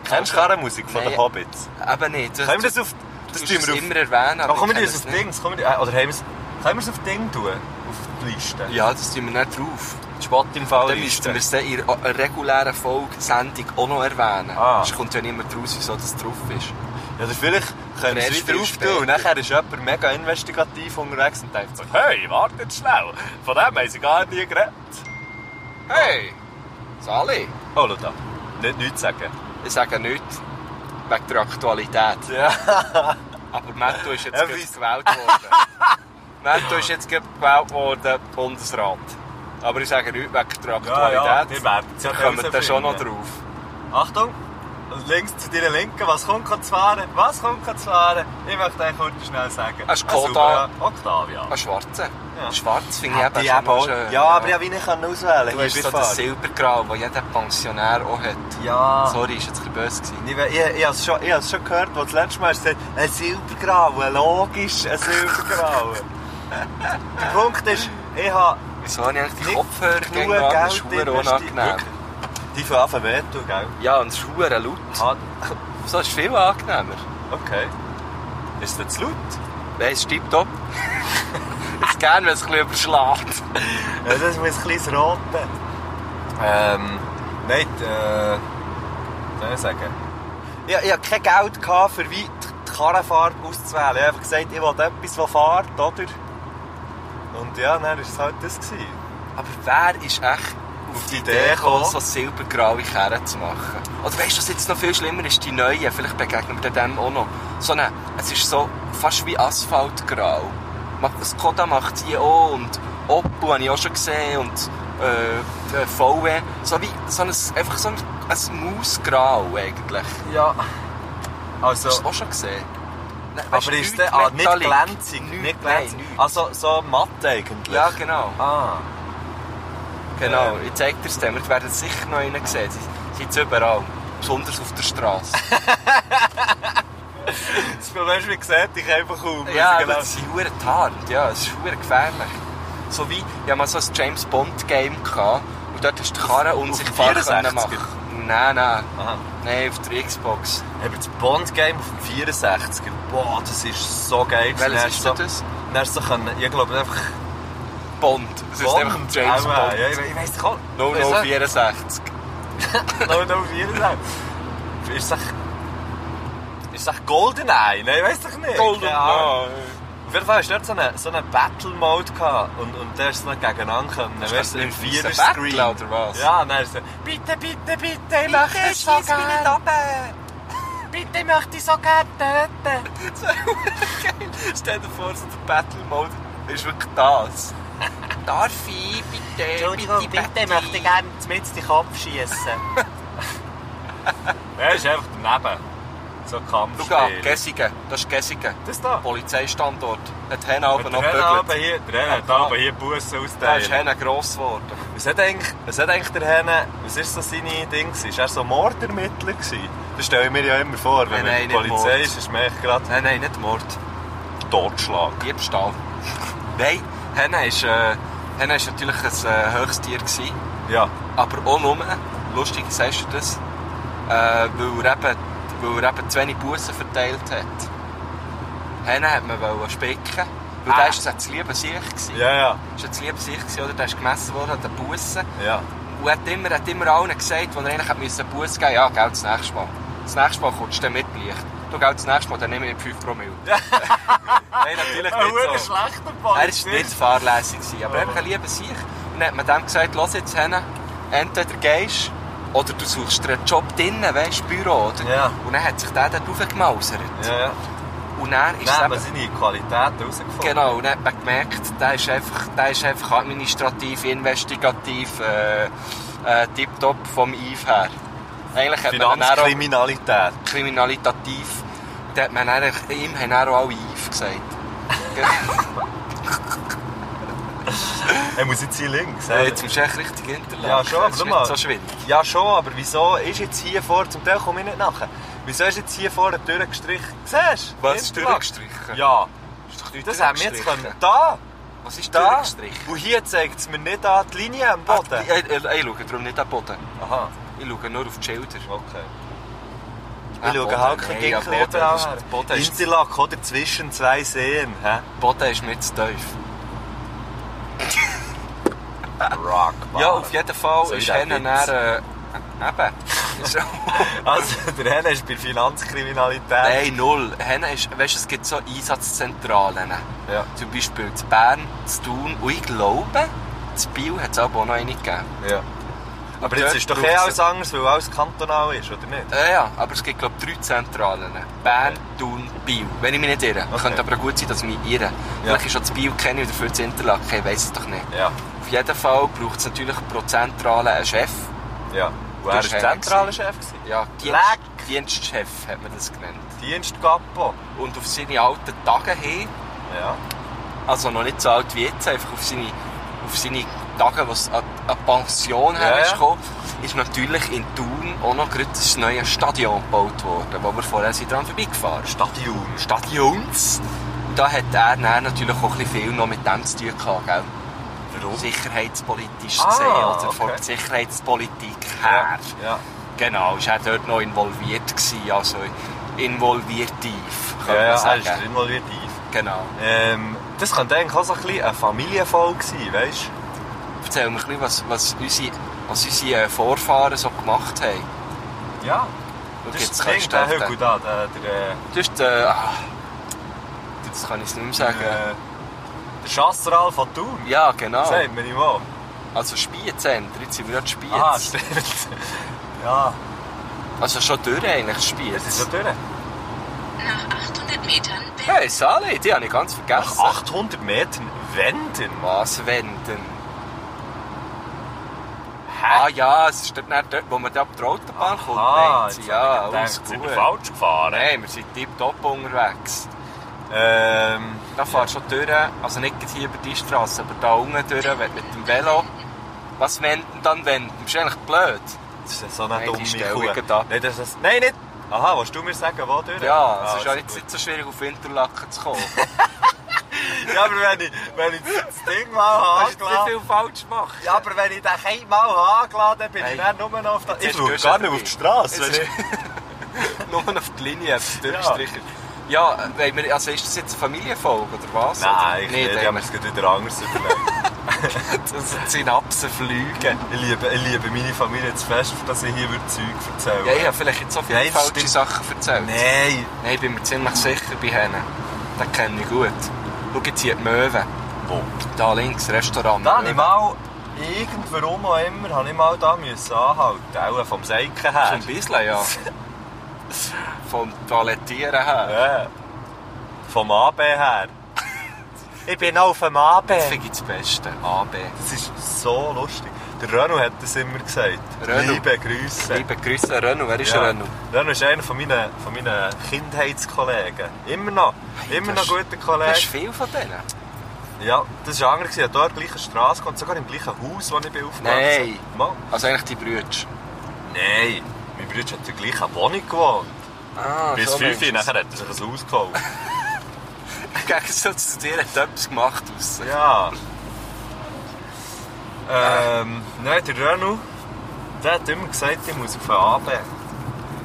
E: Kennst du Karrenmusik von den
F: Nein.
E: Hobbits?
F: Eben nicht. Das,
E: Können wir das auf... Das
F: musst
E: tun
F: es
E: wir auf...
F: immer erwähnen,
E: Aber
F: aber
E: können wir
F: ich kenne
E: das
F: es
E: auf
F: nicht.
E: Dings? Können wir, äh, oder haben wir es... Können wir es auf Ding tun? Auf die Liste?
F: Ja, das tun wir nicht drauf.
E: Spot im Fall
F: Dann müssten wir es dann in einer regulären Folge Sendung auch noch erwähnen.
E: Ah.
F: Es kommt ja niemand raus, wieso das drauf ist.
E: Ja, oder vielleicht können wir
F: Erst
E: es
F: viel
E: wieder drauf
F: später.
E: tun und nachher ist jemand mega investigativ unterwegs und denkt so, hey, wartet schnell, von dem haben sie gar nie geredet.
F: Hey! Sali!
E: Oh, schau da. Nicht nichts sagen.
F: Ich sage nichts wegen der Aktualität.
E: Ja.
F: Aber Matto ist jetzt
E: Ja,
F: gerade
E: weiss-
F: gewählt worden. Matto ist jetzt gerade gewählt worden, Bundesrat. Aber ich sage nichts wegen der
E: Ja, ja,
F: Aktualität.
E: ihr werdet es ja
F: wir kommen da schon noch
E: herausfinden.
F: drauf.
E: Achtung, links zu deiner Linken, was kommt gerade zu fahren? Was kommt gerade zu fahren? Ich möchte euch kurz schnell sagen.
F: Ein Skoda.
E: sauberer Octavia.
F: Ein schwarzer.
E: Ja.
F: Schwarz Ah, finde ich eben
E: Die
F: schon
E: eben
F: noch
E: auch-
F: schön.
E: ja, aber ich habe wie nicht auswählen
F: Du hast so das Silbergrau, das jeder Pensionär auch hat.
E: Ja.
F: Sorry, ist jetzt ein bisschen böse gewesen.
E: Ich, we- ich, ich habe es schon, ich hab's schon gehört, als das letzte Mal hast du gesagt ein Silbergrauen, logisch, ein Silbergrauen. Der Punkt ist, ich habe
F: Wieso habe ich eigentlich die
E: nicht
F: Kopfhörer gegen
E: genug
F: an?
E: Geld
F: Das ist
E: investiert.
F: verdammt unangenehm.
E: Wirklich. Die von Anfang weh tun, gell?
F: Ja, und es ist verdammt laut.
E: Ah,
F: So ist es viel angenehmer.
E: okay. Ist das zu laut?
F: Nein, es ist tipptopp. Jetzt gern, wenn es ein bisschen überschlägt.
E: Ja, das muss ein kleines Roten. Ähm, nein, die, äh, was soll ich sagen? Ich, ich hatte kein Geld, gehabt, für wie die die Karrenfahrt auszuwählen. Ich habe einfach gesagt, ich will etwas, das fährt, oder? Und ja, dann war es halt das. Gewesen.
F: Aber wer ist echt
E: Auf die
F: der
E: Idee
F: gekommen,
E: gekommen,
F: so silbergraue Kerne zu machen? Oder weißt du, was jetzt noch viel schlimmer ist? Die neuen, vielleicht begegnen wir dem auch noch. So eine, es ist so fast wie Asphaltgrau. Ma- Das Koda macht die auch und Oppo habe ich auch schon gesehen und äh, äh, VW. So wie, so ein, einfach so ein, ein Mausgrau eigentlich.
E: Ja.
F: Hast
E: Also,
F: du das auch schon gesehen? Nein, weisst
E: aber
F: du,
E: ist
F: nichts
E: der ah, nicht
F: Metallic.
E: glänzig?
F: Nichts,
E: Nicht
F: nein,
E: glänzig.
F: nichts.
E: Also, so matt eigentlich.
F: Ja, genau.
E: Ah.
F: Genau, ich zeige dir es dem. Wir werden sicher noch einen sehen. Sie sind jetzt überall. Besonders auf der Straße.
E: Das Problem ist, wie gesagt, ich einfach auf.
F: ja, aber sie sind verdammt tarnt. Ja, es ist verdammt gefährlich. So wie, ich hatte mal so ein James Bond Game gehabt, und dort hast du die Karre unsichtbar
E: 64er?
F: können machen. Nein, nein.
E: Aha.
F: Nein, auf der Xbox.
E: Eben das Bond-Game auf dem 64er, boah, das ist so geil.
F: Welches
E: Dann
F: ist
E: hast du
F: denn das?
E: Dann hast du so können, ich glaube einfach
F: Bond. Es ist einfach ein James
E: Eben,
F: Bond.
E: Ah, Ja, ich, ich weiss doch auch.
F: No,
E: Weiss
F: no,
E: auch-
F: 64.
E: No, no, 64. Ist das... Ist das GoldenEye? Nein, ich weiss doch nicht. Keine Ahnung. Auf jeden Fall hast du dort so einen so eine Battle-Mode gehabt und, und der ist noch gegeneinander gekommen.
F: Hast du
E: Weißt du, im
F: mit diesem
E: Vierer-Screen.
F: Battle oder was?
E: Ja, dann ist er bitte, bitte, bitte, ich möchte es so gerne. Bitte, ich möchte es so gerne töten.
F: Stell dir vor, so der Battle Mode ist wirklich das. Darf ich bitte?
E: Entschuldigung, bitte, ich möchte gerne mit den Kopf schießen. er ist einfach daneben. So ein Kampfspiel.
F: Schau, Gessigen, das ist Gessigen.
E: das da.
F: Polizeistandort. Hat Hen aber noch
E: Der Herr
F: gebügelt.
E: oben hier, der Herr hat oben hier Bussen
F: Da ist
E: austeilen.
F: Hen gross geworden.
E: Was hat eigentlich, was hat eigentlich der Herr, was ist so seine Ding gewesen? Ist er so Mordermittler gewesen? Das stelle ich mir ja immer vor, wenn
F: Nein,
E: man
F: nein,
E: die Polizei
F: nicht
E: ist, ist man echt gerade
F: Nein, nein, nicht Mord.
E: Totschlag.
F: Diebstahl. nein, Henne ist, äh, Henne ist natürlich ein äh, Höchsttier gewesen.
E: Ja.
F: Aber auch nur, lustig sagst du das, äh, weil, er eben, weil er eben zu wenig Bussen verteilt hat. Hennen hat man wollen spicken, weil
E: Ah.
F: der ist jetzt lieber sich gewesen.
E: Ja, ja.
F: Ist jetzt lieber sich gewesen, oder? Der ist gemessen worden an den Bussen.
E: Ja.
F: Und hat immer, hat immer allen gesagt, die er eigentlich hat müssen Bus geben ja, gell, das nächste Mal. Das nächste Mal kommst du dann mit Licht. Du, gell, das nächste Mal, dann nehme ich 5 Promille. Nein, natürlich nicht so.
E: schlechter
F: Er war nicht fahrlässig, gewesen, aber
E: Oh.
F: einfach ein lieber sich. Und dann hat man dem gesagt, lass jetzt hin, entweder gehst oder du suchst dir einen Job drinnen, weißt du, Büro, oder?
E: Ja.
F: Und dann hat sich der dort raufgemausert.
E: Ja, ja.
F: Und dann
E: Nein,
F: ist es
E: aber
F: eben...
E: seine Qualitäten herausgefunden.
F: Genau, und dann hat man gemerkt, der ist einfach, der ist einfach administrativ, investigativ, äh, äh, tiptop vom Eve her. Eigentlich hat man dann auch
E: Finanzkriminalität.
F: kriminalitativ, da hat man dann, eigentlich- ihm haben dann auch alle Eve gesagt.
E: Er muss jetzt hier links.
F: Ja,
E: oder?
F: jetzt musst du echt richtig hinterlassen.
E: Ja, schon, aber
F: Das
E: schau
F: ist
E: mal.
F: nicht so schwindelig.
E: Ja, schon, aber wieso ist jetzt hier vor, zum Teil komme ich nicht nachher, wieso ist jetzt hier vor eine Tür gestrichen? Siehst du?
F: Was ist
E: Hinterlagen.
F: durchgestrichen?
E: Ja,
F: Ist doch nicht
E: das haben wir jetzt
F: durchgestrichen.
E: können. Da,
F: Was ist
E: da.
F: durchgestrichen?
E: Und hier zeigt es mir nicht an die Linie am
F: Ah,
E: Boden.
F: die- Ich, ich, ich schaue darum nicht an den Boden.
E: Aha,
F: Ich schaue nur auf die Schilder.
E: okay. Wir
F: Ah,
E: schauen
F: Boden,
E: halt
F: nein,
E: kein
F: ja,
E: Gickel
F: Boden
E: überall
F: ist-
E: her.
F: Boden ist-
E: Interlaken, oder? Zwischen zwei Seen. Hä?
F: Der Boden ist mir zu tief.
E: Rock,
F: Ja, auf jeden Fall
E: So
F: ist
E: ist der
F: Hennen
E: Witz.
F: dann... Äh, eben. Ist auch-
E: Also, der Henne ist bei Finanzkriminalität.
F: Nein, null. Hennen ist... Weißt du, es gibt so Einsatzzentralen.
E: Ja.
F: Zum Beispiel zu Bern, zu Thun und ich glaube, zu Biel hat es auch noch eine gegeben.
E: Ja. Aber
F: dort
E: jetzt ist doch eh
F: braucht's-
E: alles anders, weil alles kantonal ist, oder nicht?
F: Ja, ja, aber es gibt glaube ich drei Zentralen. Bern, Thun, Biel. Wenn ich mich nicht irre.
E: Okay.
F: Könnte aber auch gut sein, dass ich mich irre. Vielleicht ist schon das Biel kenne ich dafür das Interlaken, ich weiß es doch nicht.
E: Ja,
F: Auf jeden Fall braucht es natürlich pro Zentrale einen Chef.
E: ja. Und er
F: Das
E: ist
F: war Henne
E: zentraler Chef. gewesen.
F: Ja, Dienst,
E: Leck!
F: Dienstchef hat man das genannt.
E: Dienstkapo.
F: Und auf seine alten Tage hin,
E: Ja.
F: also noch nicht so alt wie jetzt, einfach auf seine, auf seine Tage, wo es an, an die Pension
E: Ja,
F: her ist
E: ja.
F: gekommen, ist natürlich in Thun auch noch gerade das neue Stadion gebaut worden, wo wir vorher sind dran vorbeigefahren sind.
E: Stadion.
F: Stadions. Da hat er dann natürlich auch ein bisschen viel noch mit dem zu tun gehabt, gell?
E: Warum?
F: Sicherheitspolitisch
E: Ah,
F: gesehen, also von
E: okay.
F: der Sicherheitspolitik
E: Ja.
F: her.
E: ja.
F: Genau, ist er dort noch involviert gewesen, also involviertiv,
E: Ja,
F: kann man
E: ja, er
F: sagen.
E: ist drin mal wieder tief.
F: Genau.
E: Ähm, das könnte eigentlich auch so ein bisschen eine Familienfolge sein, weißt du?
F: Erzähl mir ein bisschen, was, was, unsere, was unsere äh, Vorfahren so gemacht haben.
E: Ja.
F: Und
E: Das ist
F: jetzt
E: das
F: kannst
E: Ding,
F: du
E: der
F: dort-
E: Hügel da, der, der,
F: Das ist, äh, ah, das kann ich nicht mehr sagen.
E: äh, der Schasseral von Thun.
F: Ja, genau.
E: Sagt man ihm auch.
F: Also Spiezentrum, jetzt sind wir ja Spiez.
E: Ah, stimmt. ja,
F: also schon durch eigentlich, das Spiez.
E: das ist so durch.
G: Nach 800 Metern Berg.
F: Hey, Sally, die habe ich ganz vergessen.
E: Nach 800 Metern wenden.
F: Was wenden? Ah ja, es ist dort, nicht dort wo man da auf die Autobahn kommt.
E: Ah,
F: meint sie. ja, alles
E: sind wir
F: gut.
E: falsch gefahren.
F: Nein, wir sind tiptop unterwegs.
E: Ähm,
F: Da fährst du schon durch, also nicht gerade hier über die Straße, aber da unten durch wenn- mit dem Velo. Was wenden, dann wenden. Das ist eigentlich blöd.
E: das ist so eine
F: Nein, die
E: dumme
F: Stellung
E: Kuh.
F: geht ab.
E: Nein, das ist, nein, nicht. Aha, willst du mir sagen, wo durch?
F: Ja, es ist ja
E: also
F: jetzt
E: gut.
F: nicht so schwierig, auf Winterlaken zu kommen.
E: Ja, aber wenn ich, wenn ich das Ding mal
F: Kannst du nicht
E: angeladen
F: viel falsch machen.
E: Ja, aber wenn ich den Kind mal angeladen habe, bin
F: Hey.
E: ich dann nur noch auf der...
F: Jetzt
E: Ich
F: ist
E: schaue
F: Gösser
E: gar nicht auf
F: vorbei.
E: die Straße.
F: Jetzt
E: Wenn ich,
F: Nur auf die Linie, jetzt durchgestrichen. Ja, äh, wollen wir, also ist das jetzt eine Familienfolge oder was?
E: nein, ich,
F: Oder?
E: nicht, ich habe mir das gerade wieder anders überlegt.
F: Also die Synapsen fliegen.
E: Ich liebe, ich liebe meine Familie zu fest, dass ich hier über Zeug erzähle.
F: Ja, ich habe vielleicht jetzt so viele
E: Nein, das
F: falsche
E: stimmt.
F: Sachen erzählt.
E: Nein!
F: Nein, ich bin mir ziemlich sicher bei Hennen. Den kenne ich gut. Schau jetzt hier die Möwe.
E: Wo?
F: Da links, Restaurant.
E: Da habe
F: Möwe.
E: ich mal, irgendwann auch immer, habe ich mal da müssen anhalten Auch vom Seiken
F: So
E: her.
F: ein bisschen, ja. Vom Toilettieren her.
E: Ja. Vom AB her. ich bin auch auf dem AB.
F: Das finde ich das Beste. AB.
E: Das ist so lustig. Der Renault hat das immer gesagt.
F: Renault.
E: Liebe Grüße.
F: Liebe Grüße, Renault. Wer ist
E: Ja.
F: Renault?
E: Renault ist einer von meinen, von meinen Kindheitskollegen. Immer noch. Immer
F: das
E: noch
F: ist-
E: guter
F: Du
E: Kollege.
F: hast viel von denen.
E: Ja, das war anders. Ich habe hier an der gleichen Straße gewohnt, sogar im gleichen Haus, wo ich bin aufgewachsen
F: Nein.
E: Mal.
F: Also eigentlich die Brüder.
E: Nein. Mein Bruder hat in der gleichen Wohnung gewohnt.
F: Ah,
E: Bis
F: so
E: 5 Uhr,
F: meinst
E: nachher hat er sich ein Haus gekauft.
F: du es. Im Gegensatz zu dir hat etwas gemacht aus.
E: Ja. Ähm, nein, der Renu, der hat immer gesagt, ich muss auf den Abend.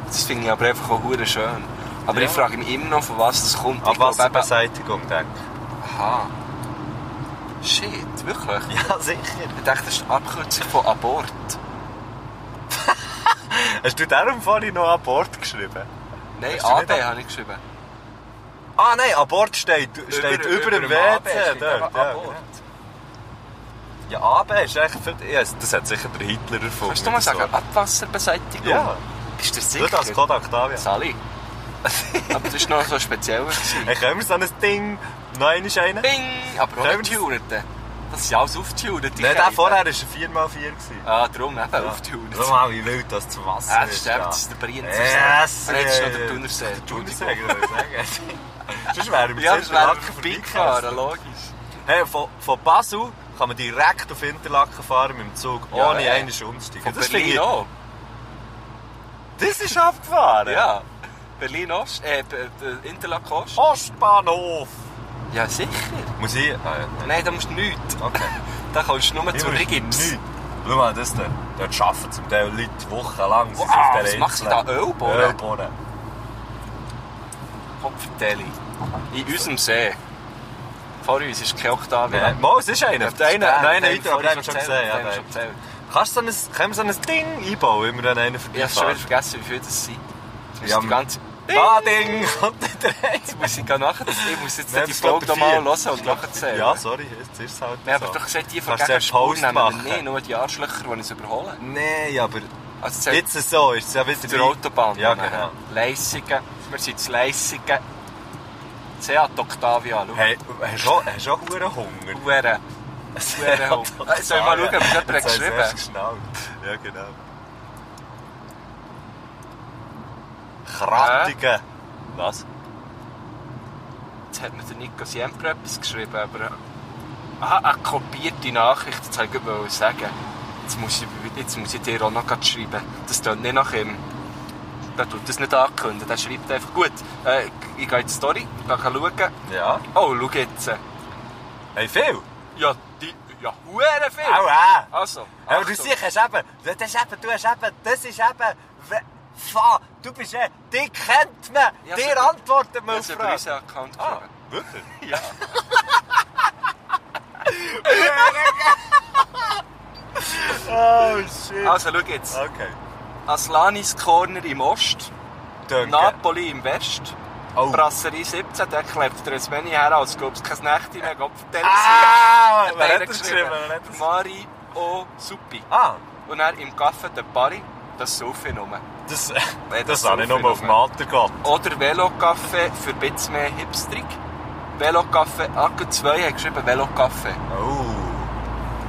F: Das finde ich aber einfach auch hure schön. Aber
E: Ja.
F: ich frage mich immer noch, von was das kommt.
E: An
F: Ich glaub eben-
E: Wasserbeseitigung denke
F: Aha. Shit, wirklich?
E: ich. Ja, sicher.
F: Ich dachte, das ist eine Abkürzung von Abort.
E: Hast du darum vorhin noch Abort geschrieben?
F: Nein,
E: Hast du
F: AB
E: nicht ab-
F: habe ich geschrieben.
E: Ah nein, Abort steht, steht über, dem
F: AB
E: WC.
F: steht
E: Dort,
F: aber
E: ja,
F: Abort.
E: genau. ja, AB ist echt für... Ja, das hat sicher der Hitler erfunden.
F: Kannst du mal sagen,
E: So.
F: Abwasserbeseitigung?
E: Ja.
F: Bist du sicher?
E: Du als Kodak Octavia.
F: Sally. aber das war noch so speziell. gewesen.
E: Hey, können wir so ein Ding... Noch einmal einen? Nein,
F: Bing! Aber auch
E: Können
F: nicht
E: wir-
F: tuneten. Das sind alles auftunete.
E: der vorher war ein 4x4. gewesen.
F: Ah, darum eben,
E: Ja.
F: auftunete.
E: Schau mal, wie wild das zu Wasser
F: Ah, das
E: ist.
F: stimmt, das ist der Brien.
E: Yes!
F: Und jetzt ist noch der Thunersee.
E: Der Thunersee, würde ich sagen. Sonst wären wir
F: Ja,
E: jetzt
F: das wäre
E: Interlaken
F: vorbeigefahren,
E: vorbeigefahren.
F: logisch.
E: Hey, von, von Basel kann man direkt auf Interlaken fahren mit dem Zug,
F: Ja,
E: ohne
F: ey.
E: einen umzusteigen.
F: Von
E: Das finde
F: Berlin
E: ich-
F: auch.
E: Das ist abgefahren!
F: Ja. Berlin Ost, äh, B- B- Interlaken Ost.
E: Oh. Ostbahnhof!
F: Ja, sicher.
E: Muss ich... Ah, ja, nein.
F: Nein, da musst du nichts.
E: Okay.
F: Da kommst du nur
E: Ich
F: zu
E: muss
F: Rigips.
E: nichts. Schau mal, das da. Dort arbeiten zum Teil Leute wochenlang. sie sind
F: Wow,
E: auf der
F: was macht sie
E: Insel.
F: da? Öl bohren?
E: Öl bohren.
F: Kopfdeli. In unserem See. Vor uns ist kein Oktavia.
E: Nein, Mal, es ist einer.
F: Ja,
E: Der eine,
F: der-
E: der eine
F: der-
E: Eintrag,
F: der-
E: den wir schon gesehen
F: der- der-
E: haben.
F: der- der-
E: Kannst du so ein, können wir so ein Ding einbauen, wenn wir an einen
F: Ich habe schon wieder
E: vorbeifahrt?
F: vergessen, wie viel das sind. Das ist
E: Ja,
F: die ganze...
E: Ah, Ding! Und dann
F: Jetzt muss ich gehen nachher. Ich muss jetzt
E: Nein,
F: die
E: das
F: Folge
E: ist
F: noch
E: doch
F: mal
E: der
F: hören und nachher zählen.
E: Ja, sorry, jetzt ist es halt
F: Wir haben
E: so.
F: doch gesagt, die von
E: Kannst du
F: gegen
E: zuerst
F: Spur
E: Pause
F: nehmen
E: machen?
F: wir nicht, nur die Arschlöcher, die uns überholen.
E: Nein, aber
F: Also zählt
E: jetzt so ist es ja wieder...
F: zur Autobahn.
E: Ja, genau.
F: Leissigen. Wir sind zu Leissigen. Seat Octavia, schau.
E: Hey, hast du auch- hast du auch verdammt Hunger?
F: Huere. Huere Hunger. Soll ich mal schauen, ob es jemand
E: Jetzt
F: geschrieben
E: hast du
F: hat?
E: es geschnallt. Ja, genau. Krattigen. Was?
F: Jetzt hat mir der Nico Siempre etwas geschrieben, aber... Aha, eine kopierte Nachricht, das wollte ich gerade sagen. Jetzt muss, ich, jetzt muss ich dir auch noch grad schreiben. Das tut nicht nach ihm. Der tut das nicht ankündigen, der schreibt einfach, gut, äh, ich gehe in die Story, dann kann schauen.
E: Ja.
F: Oh, schau jetzt.
E: Hey, viel?
F: Ja, die... Ja, huere viel!
E: Au, ah.
F: Also,
E: Ja, aber du
F: Achtung.
E: siehst hast eben, das ist eben, du hast eben, das ist eben, we- fa, du bist eben, die kennt man,
F: Ja,
E: dir
F: super.
E: antwortet man
F: Ja,
E: auf
F: sie über
E: Fragen.
F: unseren Account
E: Ah,
F: geschrieben.
E: wirklich?
F: Ja.
E: Oh, shit.
F: Also, schau jetzt.
E: Okay.
F: Aslanis Corner im Ost,
E: Danke.
F: Napoli im West,
E: Oh.
F: Brasserie 17, der klebt dir jetzt wenig her, als gäbe es keine Nächte mehr, gab es
E: Ah,
F: Hat
E: wer
F: einer
E: hat das geschrieben?
F: geschrieben?
E: Wer hat das-
F: Mario Suppi.
E: Ah,
F: Und er im Café de Paris, das saufe ich nur.
E: das,
F: das
E: das habe ich
F: ist
E: nur auf
F: aufgenommen.
E: dem Alter gehabt.
F: Oder Velocafé für ein bisschen mehr Hipstrig. Velocafé, Argo 2 hat geschrieben Velocafé.
E: Oh,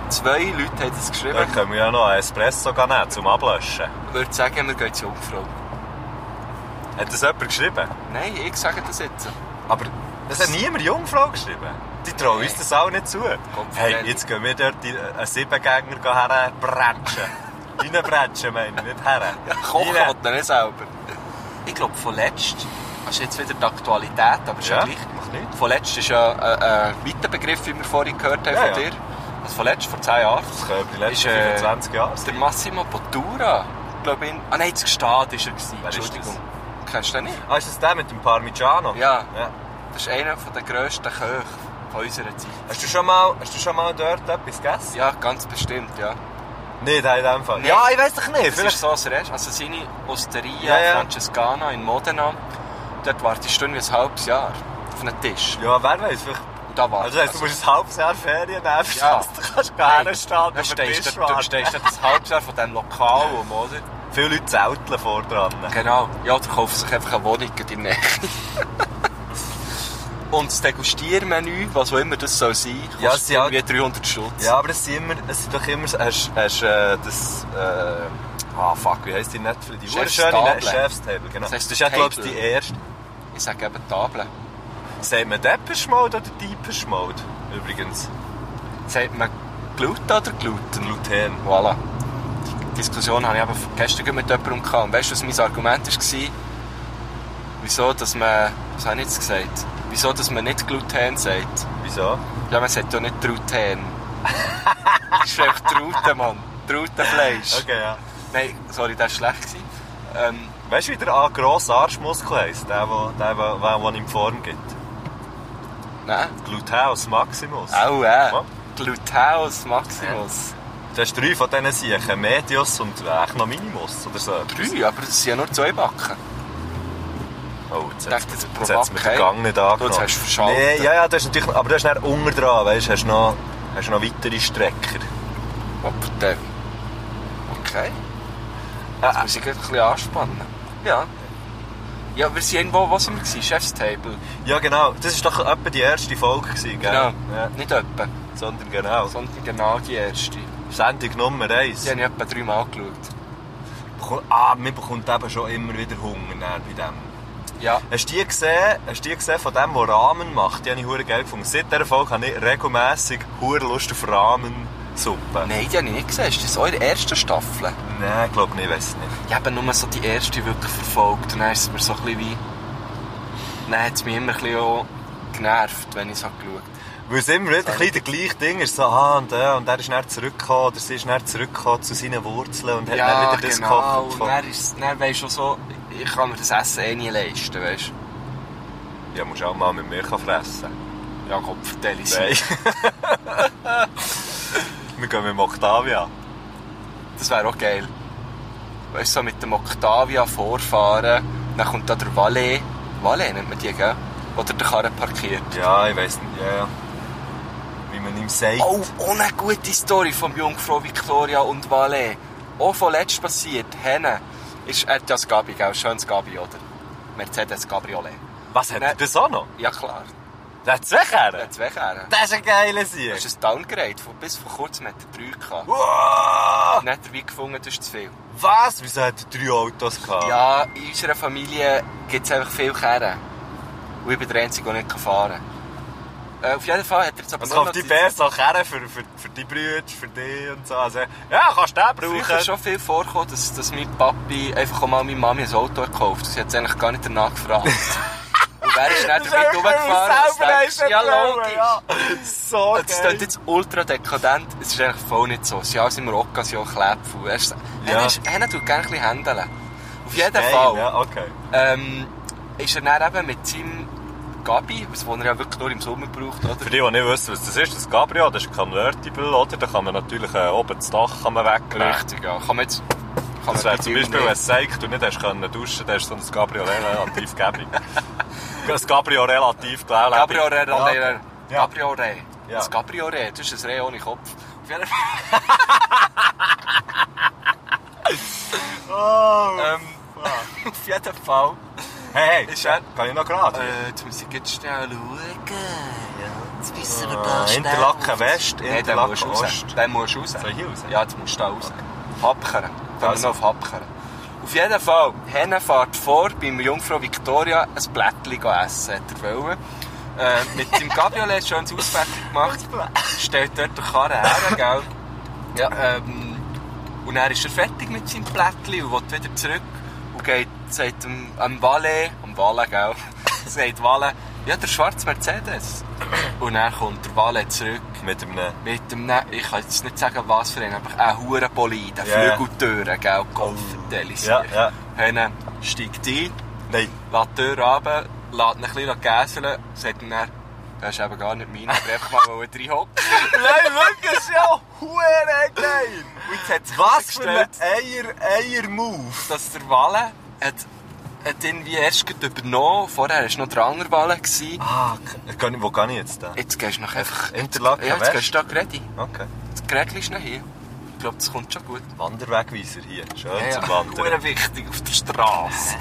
F: Zwei Leute haben das
E: da
F: geschrieben.
E: können wir ja noch einen Espresso gehen nehmen, zum Ablöschen.
F: Ich würde sagen, wir gehen zur Umfrage.
E: Hat das jemand geschrieben?
F: Nein, ich sage das jetzt.
E: Aber das hat niemand Jungfrau geschrieben. Die trauen uns das auch nicht zu. Hey, jetzt gehen wir dort die- äh, einen Siebengänger herbrätschen. Reinbrätschen, meine ich, nicht her.
F: Ja, kochen
E: Rein.
F: will er nicht selber. Ich glaube, von letzt, das ist jetzt wieder die Aktualität, aber ist ja,
E: Ja,
F: gleich.
E: macht nichts.
F: Von letzt ist ja ein, ein weiter Begriff, wie wir vorhin gehört haben
E: Ja,
F: von
E: ja.
F: dir. Also von letzt, vor 10 Jahren.
E: Das können die letzten
F: Ist, äh,
E: 25 Jahre sein.
F: Der Massimo Bottura, glaube ich. Ah nein, das Gestad ist er. Gewesen.
E: Wer ist
F: Entschuldigung. Kennst du den nicht?
E: Ah, ist das der mit dem Parmigiano?
F: Ja.
E: ja.
F: Das ist einer der grössten Köche von unserer Zeit.
E: Hast, du schon mal, hast du schon mal dort etwas gegessen?
F: Ja, ganz bestimmt, ja.
E: Nein, nein, in dem Fall.
F: Nee.
E: Ja, ich weiß doch nicht.
F: Das ist so ein Rest. Also seine Osteria
E: Ja, ja.
F: Francescana in Modena, dort wartest du irgendwie ein halbes Jahr auf einen Tisch.
E: Ja, wer weiß. Vielleicht...
F: Und da wartest
E: Also, das heisst, du musst ein halbes Jahr Ferien nehmen,
F: Ah. Ja.
E: dass du kannst gar nicht stehen und
F: Dann
E: auf den
F: stehst
E: Tisch
F: du, du
E: warten.
F: stehst dort ein halbes Jahr von diesem Lokal um, oder?
E: Viele Leute zelteln vor dran.
F: Genau. Ja, du kaufst sich einfach eine Wohnung in deinem Nähe. Und das Degustiermenü, was auch immer das soll sein,
E: Ja,
F: kostet
E: sie hat-
F: irgendwie 300 Schutz.
E: Ja, aber es sind immer, es sind doch immer, so- hast, hast äh, das, äh, ah fuck, wie heisst die Netflix? Die
F: Chef's
E: schöne
F: Table.
E: Net- Chef's Table, genau.
F: Das heisst,
E: ist
F: das
E: ja, glaube ich,
F: Table.
E: die erste.
F: Ich sage eben Tabeln.
E: Sagt man Depeche Mode oder Deepesh Mode? Übrigens,
F: Sagt man Gluten oder Gluten?
E: Gluten.
F: Voilà. Diskussion hatte ich eben gestern gerade mit jemandem. gehabt. Und weißt du, was mein Argument war? Wieso, dass man. Was habe ich jetzt gesagt? Wieso, dass man nicht Gluten sagt?
E: Wieso?
F: Ja, man sagt ja nicht Gluten. das ist einfach Trauten, Mann. Trautenfleisch.
E: Okay, ja.
F: Nein, sorry, das war schlecht. gewesen. Ähm,
E: Weißt du, wie der ein grosser Arschmuskel heisst? Der, der, der, der, der, der ihm Form gibt.
F: nein.
E: Gluteus Maximus.
F: Au, äh.
E: Was?
F: Gluteus Maximus.
E: Du hast drei von diesen Siechen. Medius und Echnominimus oder so.
F: Drei, aber das sind ja nur zwei Backen.
E: Oh, jetzt
F: Ich
E: hat's-
F: dachte, das
E: jetzt hat es
F: Probak
E: mich gegangen nicht angenommen.
F: Du, jetzt hast du verschaltet.
E: Nee, ja, ja, du hast natürlich, aber du hast dann unter dran, weißt du, hast noch, hast noch weitere Strecker.
F: Aber der. Okay. Jetzt muss ich gerade ein bisschen anspannen. Ja. Ja, wir sind irgendwo, was sind wir gewesen? Chef's Table.
E: Ja, genau. Das war doch etwa die erste Folge, gewesen, gell?
F: Genau.
E: Ja,
F: Nicht etwa,
E: sondern genau.
F: sondern genau die erste.
E: Sendung Nummer eins.
F: Die habe ich etwa dreimal angeschaut.
E: Bekommt- Ah, man bekommt eben schon immer wieder Hunger dann bei dem.
F: Ja.
E: Hast du die gesehen, hast du die gesehen von dem, der Ramen macht? Die habe ich hure geil gefunden. Seit dieser Folge habe ich regelmässig hure Lust auf Rahmensuppe.
F: Nein, die habe ich nicht gesehen. Ist das eure erste Staffel?
E: Nein, ich glaube nicht, ich weiß nicht.
F: Ich habe nur so die erste wirklich verfolgt. Und dann ist es mir so ein bisschen wie... Dann hat es mich immer ein bisschen auch genervt, wenn ich es habe geschaut
E: Weil es immer wieder ein bisschen der gleiche Ding ist, so, ah, und, äh, und er ist dann zurückgekommen, oder sie ist dann zurückgekommen zu seinen Wurzeln und hat dann wieder das
F: genau.
E: gekocht.
F: Und
E: von-
F: dann, ist, dann weisst du auch so, ich kann mir das Essen eh nicht leisten, weißt du.
E: Ja, musst auch mal mit mir fressen.
F: Ja, Kopf,
E: Nein. Wir gehen mit dem Octavia.
F: Das wäre auch geil. Weißt du, so mit dem Octavia vorfahren, dann kommt da der Valet. Valet nennt man die, gell? Oder der Karren parkiert.
E: Ja, ich weiss nicht, ja, ja. Wie man ihm sagt.
F: Oh, ohne gute Story vom Jungfrau Victoria und Valet. Auch von letzt passiert, Henne ist er hat ja das Gabi, gell? Schönes Gabi, oder? Mercedes Cabriolet.
E: Was, hat er
F: Nein.
E: das auch noch?
F: Ja, klar.
E: Der hat zwei
F: Der
E: Kerne?
F: hat zwei Kehren.
E: Das ist ein geiler
F: Das
E: Sieg.
F: ist ein Downgrade. Von- Bis vor kurzem hat er drei gehabt.
E: Wow!
F: Nicht dabei gefunden, das ist zu viel.
E: Was? Wieso hat er drei Autos gehabt?
F: Ja, in unserer Familie gibt es einfach viele Kehren. Und ich bin der Einzige, der nicht fahren kann. Äh, auf jeden Fall hat er jetzt aber
E: Was
F: nur noch
E: kommt die
F: die-
E: Bär so Kerne für, für, für die Brüder, für dich und so? Also, ja, kannst du den
F: Früher
E: brauchen.
F: ist schon viel vorgekommen, dass, dass mein Papi einfach auch mal meine Mami ein Auto gekauft hat. Sie hat es eigentlich gar nicht danach gefragt. Und wer ist dann
E: Das ist
F: damit
E: echt, wenn man
F: rumgefahren?
E: selber
F: Das denkst du,
E: eins
F: Ja,
E: erzählen,
F: logisch.
E: ja. So
F: Das
E: geil.
F: klingt jetzt ultra dekadent. Es ist eigentlich voll nicht so. Sie haben immer Occasion Klebfuhl. Er ist-
E: Ja.
F: er ist- er tut gerne ein bisschen händeln. Auf jeden
E: Geil,
F: Fall.
E: Ja, okay.
F: ähm, ist er dann eben mit seinem Gabi, das er ja wirklich nur im Sommer braucht, oder?
E: Für die, die nicht wissen, was das ist, das Cabrio, das ist ein Convertible, oder? Da kann man natürlich äh, oben das Dach kann man wegnehmen.
F: Richtig, ja. Kann man jetzt... Kann
E: Das
F: man
E: wäre zum
F: natürlich
E: Beispiel, wenn
F: nicht.
E: es zeigt, du nicht hast können duschen, dann ist so ein Cabrio relativ gäbig. Ein Cabrio relativ gläubig.
F: Gabriolet,
E: Ja.
F: Gabriolet.
E: Ja.
F: Gabriolet.
E: Ja.
F: Das Gabriolet, das ist ein Reh ohne Kopf. Auf jeden Fall,
E: Oh.
F: ähm, auf jeden Fall.
E: Hey, hey,
F: Ist er-
E: kann ich noch gerade?
F: Äh, jetzt muss ich jetzt schnell schauen. Jetzt wissen
E: Äh, Interlaken West,
F: Nein, den musst
E: Interlaken
F: du raus.
E: Ost.
F: Den musst du raus.
E: Soll ich hier raus?
F: Ja, jetzt musst du da raus. Hapkern. Dann
E: Also.
F: also. noch auf Hapkern. Auf jeden Fall, Henne fährt vor, beim Jungfrau Victoria ein Blättchen gehen essen, hat er wollen. Äh, mit seinem Gabriolet hat er schönes Ausbett gemacht, stellt dort den Karren her, gell? Ja, ähm, und dann ist er fertig mit seinem Plättchen und will wieder zurück und geht, sagt dem, am Valet, am Valet, gell, sagt Valet, ja, der schwarze Mercedes. Und dann kommt der Valet zurück
E: Mit einem...
F: mit dem, ne ich kann jetzt nicht sagen, was für einen, aber ein Hurenbolid, ein
E: Ja. Oh,
F: Flügeltüren, gell, Kopfdelis.
E: Ja, ja.
F: Henne steigt ein,
E: Nein.
F: lässt die Tür runter, lässt ihn ein bisschen gäseln, sagt ihm dann, das ist eben gar nicht mein, aber einfach mal wollen reinhocken.
E: Nein, wirklich, ist ja hure geil.
F: Und jetzt hat sich
E: Was für ein
F: herausgestellt,
E: Eier, Eier-Move.
F: dass der Walle hat, hat irgendwie erst gerade übernommen. Vorher war noch der andere Walle. gewesen.
E: Ah, k- kann ich- wo kann ich jetzt da?
F: Jetzt gehst du noch einfach...
E: Interlaken,
F: Ja, jetzt
E: West.
F: gehst du da gerade rein.
E: Okay.
F: Das Gerät ist noch hier. Ich glaube, das kommt schon gut.
E: Wanderwegweiser hier. Schön zum
F: Sehr
E: Wandern.
F: wichtig auf der Straße.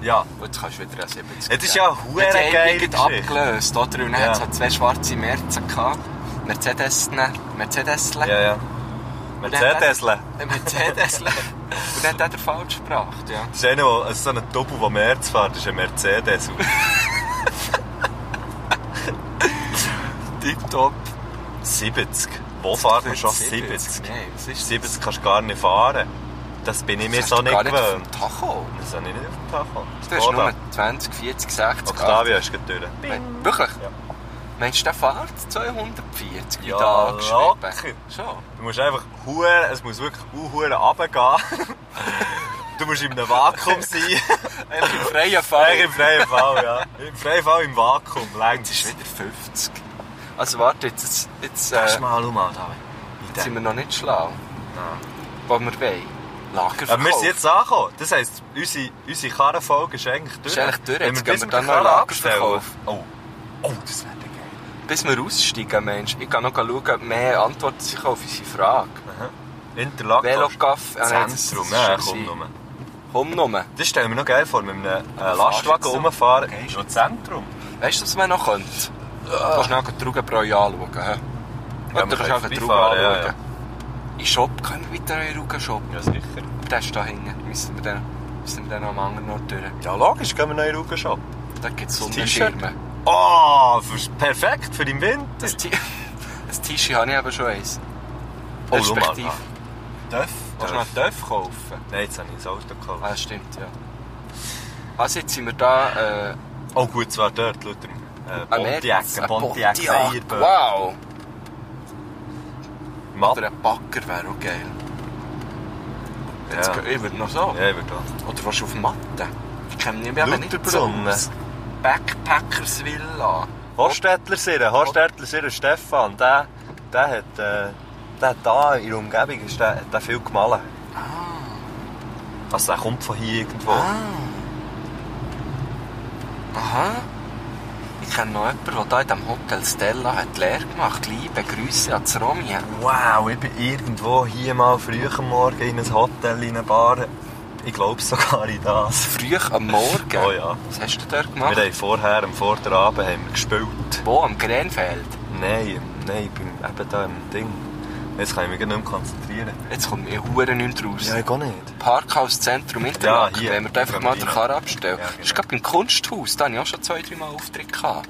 E: Ja.
F: Und jetzt kannst du wieder an 70
E: Ja, das ist ja eine
F: Jetzt haben
E: hure geile
F: die gerade
E: Geschichte.
F: abgelöst, oder? Und dann
E: Ja.
F: ja. hat es zwei schwarze Merzen gehabt. Mercedes, Mercedes.
E: Ja, ja. Mercedesle.
F: Mercedes. Und dann hat er falsch gebracht, ja.
E: Das ist einer, der- also so ein Doppel, der März fährt, ist ein Mercedes.
F: Tipptopp.
E: 70. Wo fahren wir schon 70?
F: Nein, was ist
E: 70 kannst du gar nicht fahren. Das bin ich mir
F: hast
E: so
F: du
E: nicht
F: gar nicht auf
E: gewöhnt.
F: dem Tacho.
E: Das habe ich nicht auf dem Tacho.
F: Du hast nur 20, 40, 60,
E: Octavia ist gerade durch.
F: Nein, wirklich?
E: Ja.
F: Meinst du, der fährt 240 wie
E: Ja,
F: da
E: locker.
F: angeschrieben? Schon.
E: Du musst einfach huere, es muss wirklich huere runtergehen. Du musst in einem Vakuum sein.
F: Eigentlich im freien Fall.
E: Nein, im freien Fall, ja. Im freien Fall im Vakuum,
F: Jetzt
E: längst.
F: ist wieder 50. Also warte, jetzt, jetzt,
E: Lass
F: äh,
E: mal, schau mal, David.
F: jetzt sind wir noch nicht schlau. Was wir wollen. Lagerverkauf.
E: Aber wir sind jetzt angekommen. Das heisst, unsere, unsere Karrenfolge ist eigentlich durch.
F: Ist eigentlich durch.
E: Wenn
F: Jetzt
E: wir
F: gehen wir
E: bis
F: dann
E: mit der
F: noch
E: Karre
F: Lagerverkauf.
E: abstellen- Oh, oh das wäre geil.
F: Bis wir aussteigen, Mensch, ich kann noch schauen, ob mehr Antworten sich auf unsere Frage.
E: Interlaken.
F: Velogaff, ah, nein, das-
E: Zentrum,
F: das ist
E: ja,
F: schon
E: komm
F: gewesen.
E: nur.
F: Komm nur.
E: Das stellen wir noch geil vor, mit einem äh,
F: fahrst
E: Lastwagen
F: jetzt so.
E: rumfahren.
F: Okay,
E: Ist noch Zentrum.
F: Weißt du, was man noch könnte? Du kannst noch die Rugenbräu anschauen. hä? Oder du
E: wir
F: kannst
E: können
F: einfach die Rugen
E: vorbeifahren, ja,
F: anschauen. In Shop können wir wieder in den Rugen-Shop.
E: Ja, sicher.
F: Der ist da hinten. Müssen wir den, müssen wir den noch am anderen Ort durch.
E: Ja, logisch, gehen wir noch in den Rugenshop.
F: Da gibt es
E: Das
F: Sonnenschirme.
E: Oh, fürs- perfekt für den Winter.
F: Das T- das T-Shirt habe ich eben schon eins.
E: Oh, schau mal,
F: Respektive.
E: Döff.
F: Kannst du noch einen Döff kaufen?
E: Nein, jetzt habe ich ein Auto gekauft.
F: Ah, stimmt, ja. Also jetzt sind wir da... Äh,
E: Oh gut, zwar dort, laut dem äh,
F: am Erz-
E: Pontiac.
F: ein
E: Pontiac
F: Ah, Pontiac.
E: Firebird.
F: Wow!
E: Matt.
F: Oder ein Bagger wäre auch geil. Jetzt
E: Ja.
F: ja. Ich würde noch so.
E: Ja, ich würde auch.
F: Oder was auf Matte? Ich kenne mich eben nicht so
E: Lauterbrunnen.
F: aus. Backpackers Villa.
E: Horstädtler Sirren, Horstädtler Sirren, Stefan, der, der hat, äh, der hat da in der Umgebung ist der, hat der viel gemalt.
F: Ah.
E: Also der kommt von hier irgendwo.
F: Aha. Ich kenne noch jemanden, der da in diesem Hotel Stella hat Lehre gemacht. Liebe Grüße an Romien.
E: Wow, ich bin irgendwo hier mal früh am Morgen in ein Hotel, in eine Bar. Ich glaube sogar in das.
F: Früh am Morgen.
E: Oh ja.
F: Was hast du dort
E: Wir
F: gemacht?
E: haben vorher, am Vorderabend, haben wir gespielt.
F: Wo? Am Grenfeld?
E: Nein, im- nein, ich bin eben da im Ding. Jetzt kann ich mich gar nicht mehr konzentrieren.
F: Jetzt kommt mir Huren nicht mehr raus.
E: Ja, ich auch nicht.
F: Parkhaus Zentrum Interlaken,
E: Ja, hier.
F: wenn wir da einfach mal den
E: Rein.
F: Karren abstellen.
E: Ja, genau.
F: Das ist gerade beim Kunsthaus, da hatte ich auch schon zwei, drei Mal Auftritt. Gehabt.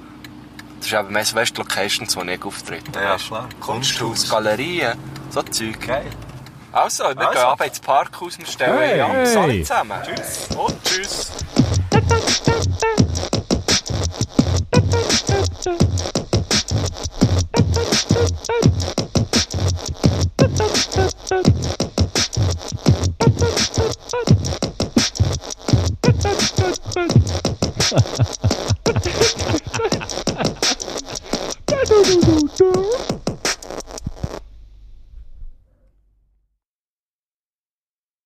F: Das ist eben mehr so weißt, die Locations, wo ich auftrete.
E: Ja,
F: weißt du?
E: klar.
F: Kunsthaus,
E: Kunsthaus.
F: Galerien, so Zeug.
E: Geil.
F: Also, wir
E: Also.
F: gehen ab ins Parkhaus, wir stellen hey. Jams alle zusammen.
E: Tschüss und tschüss.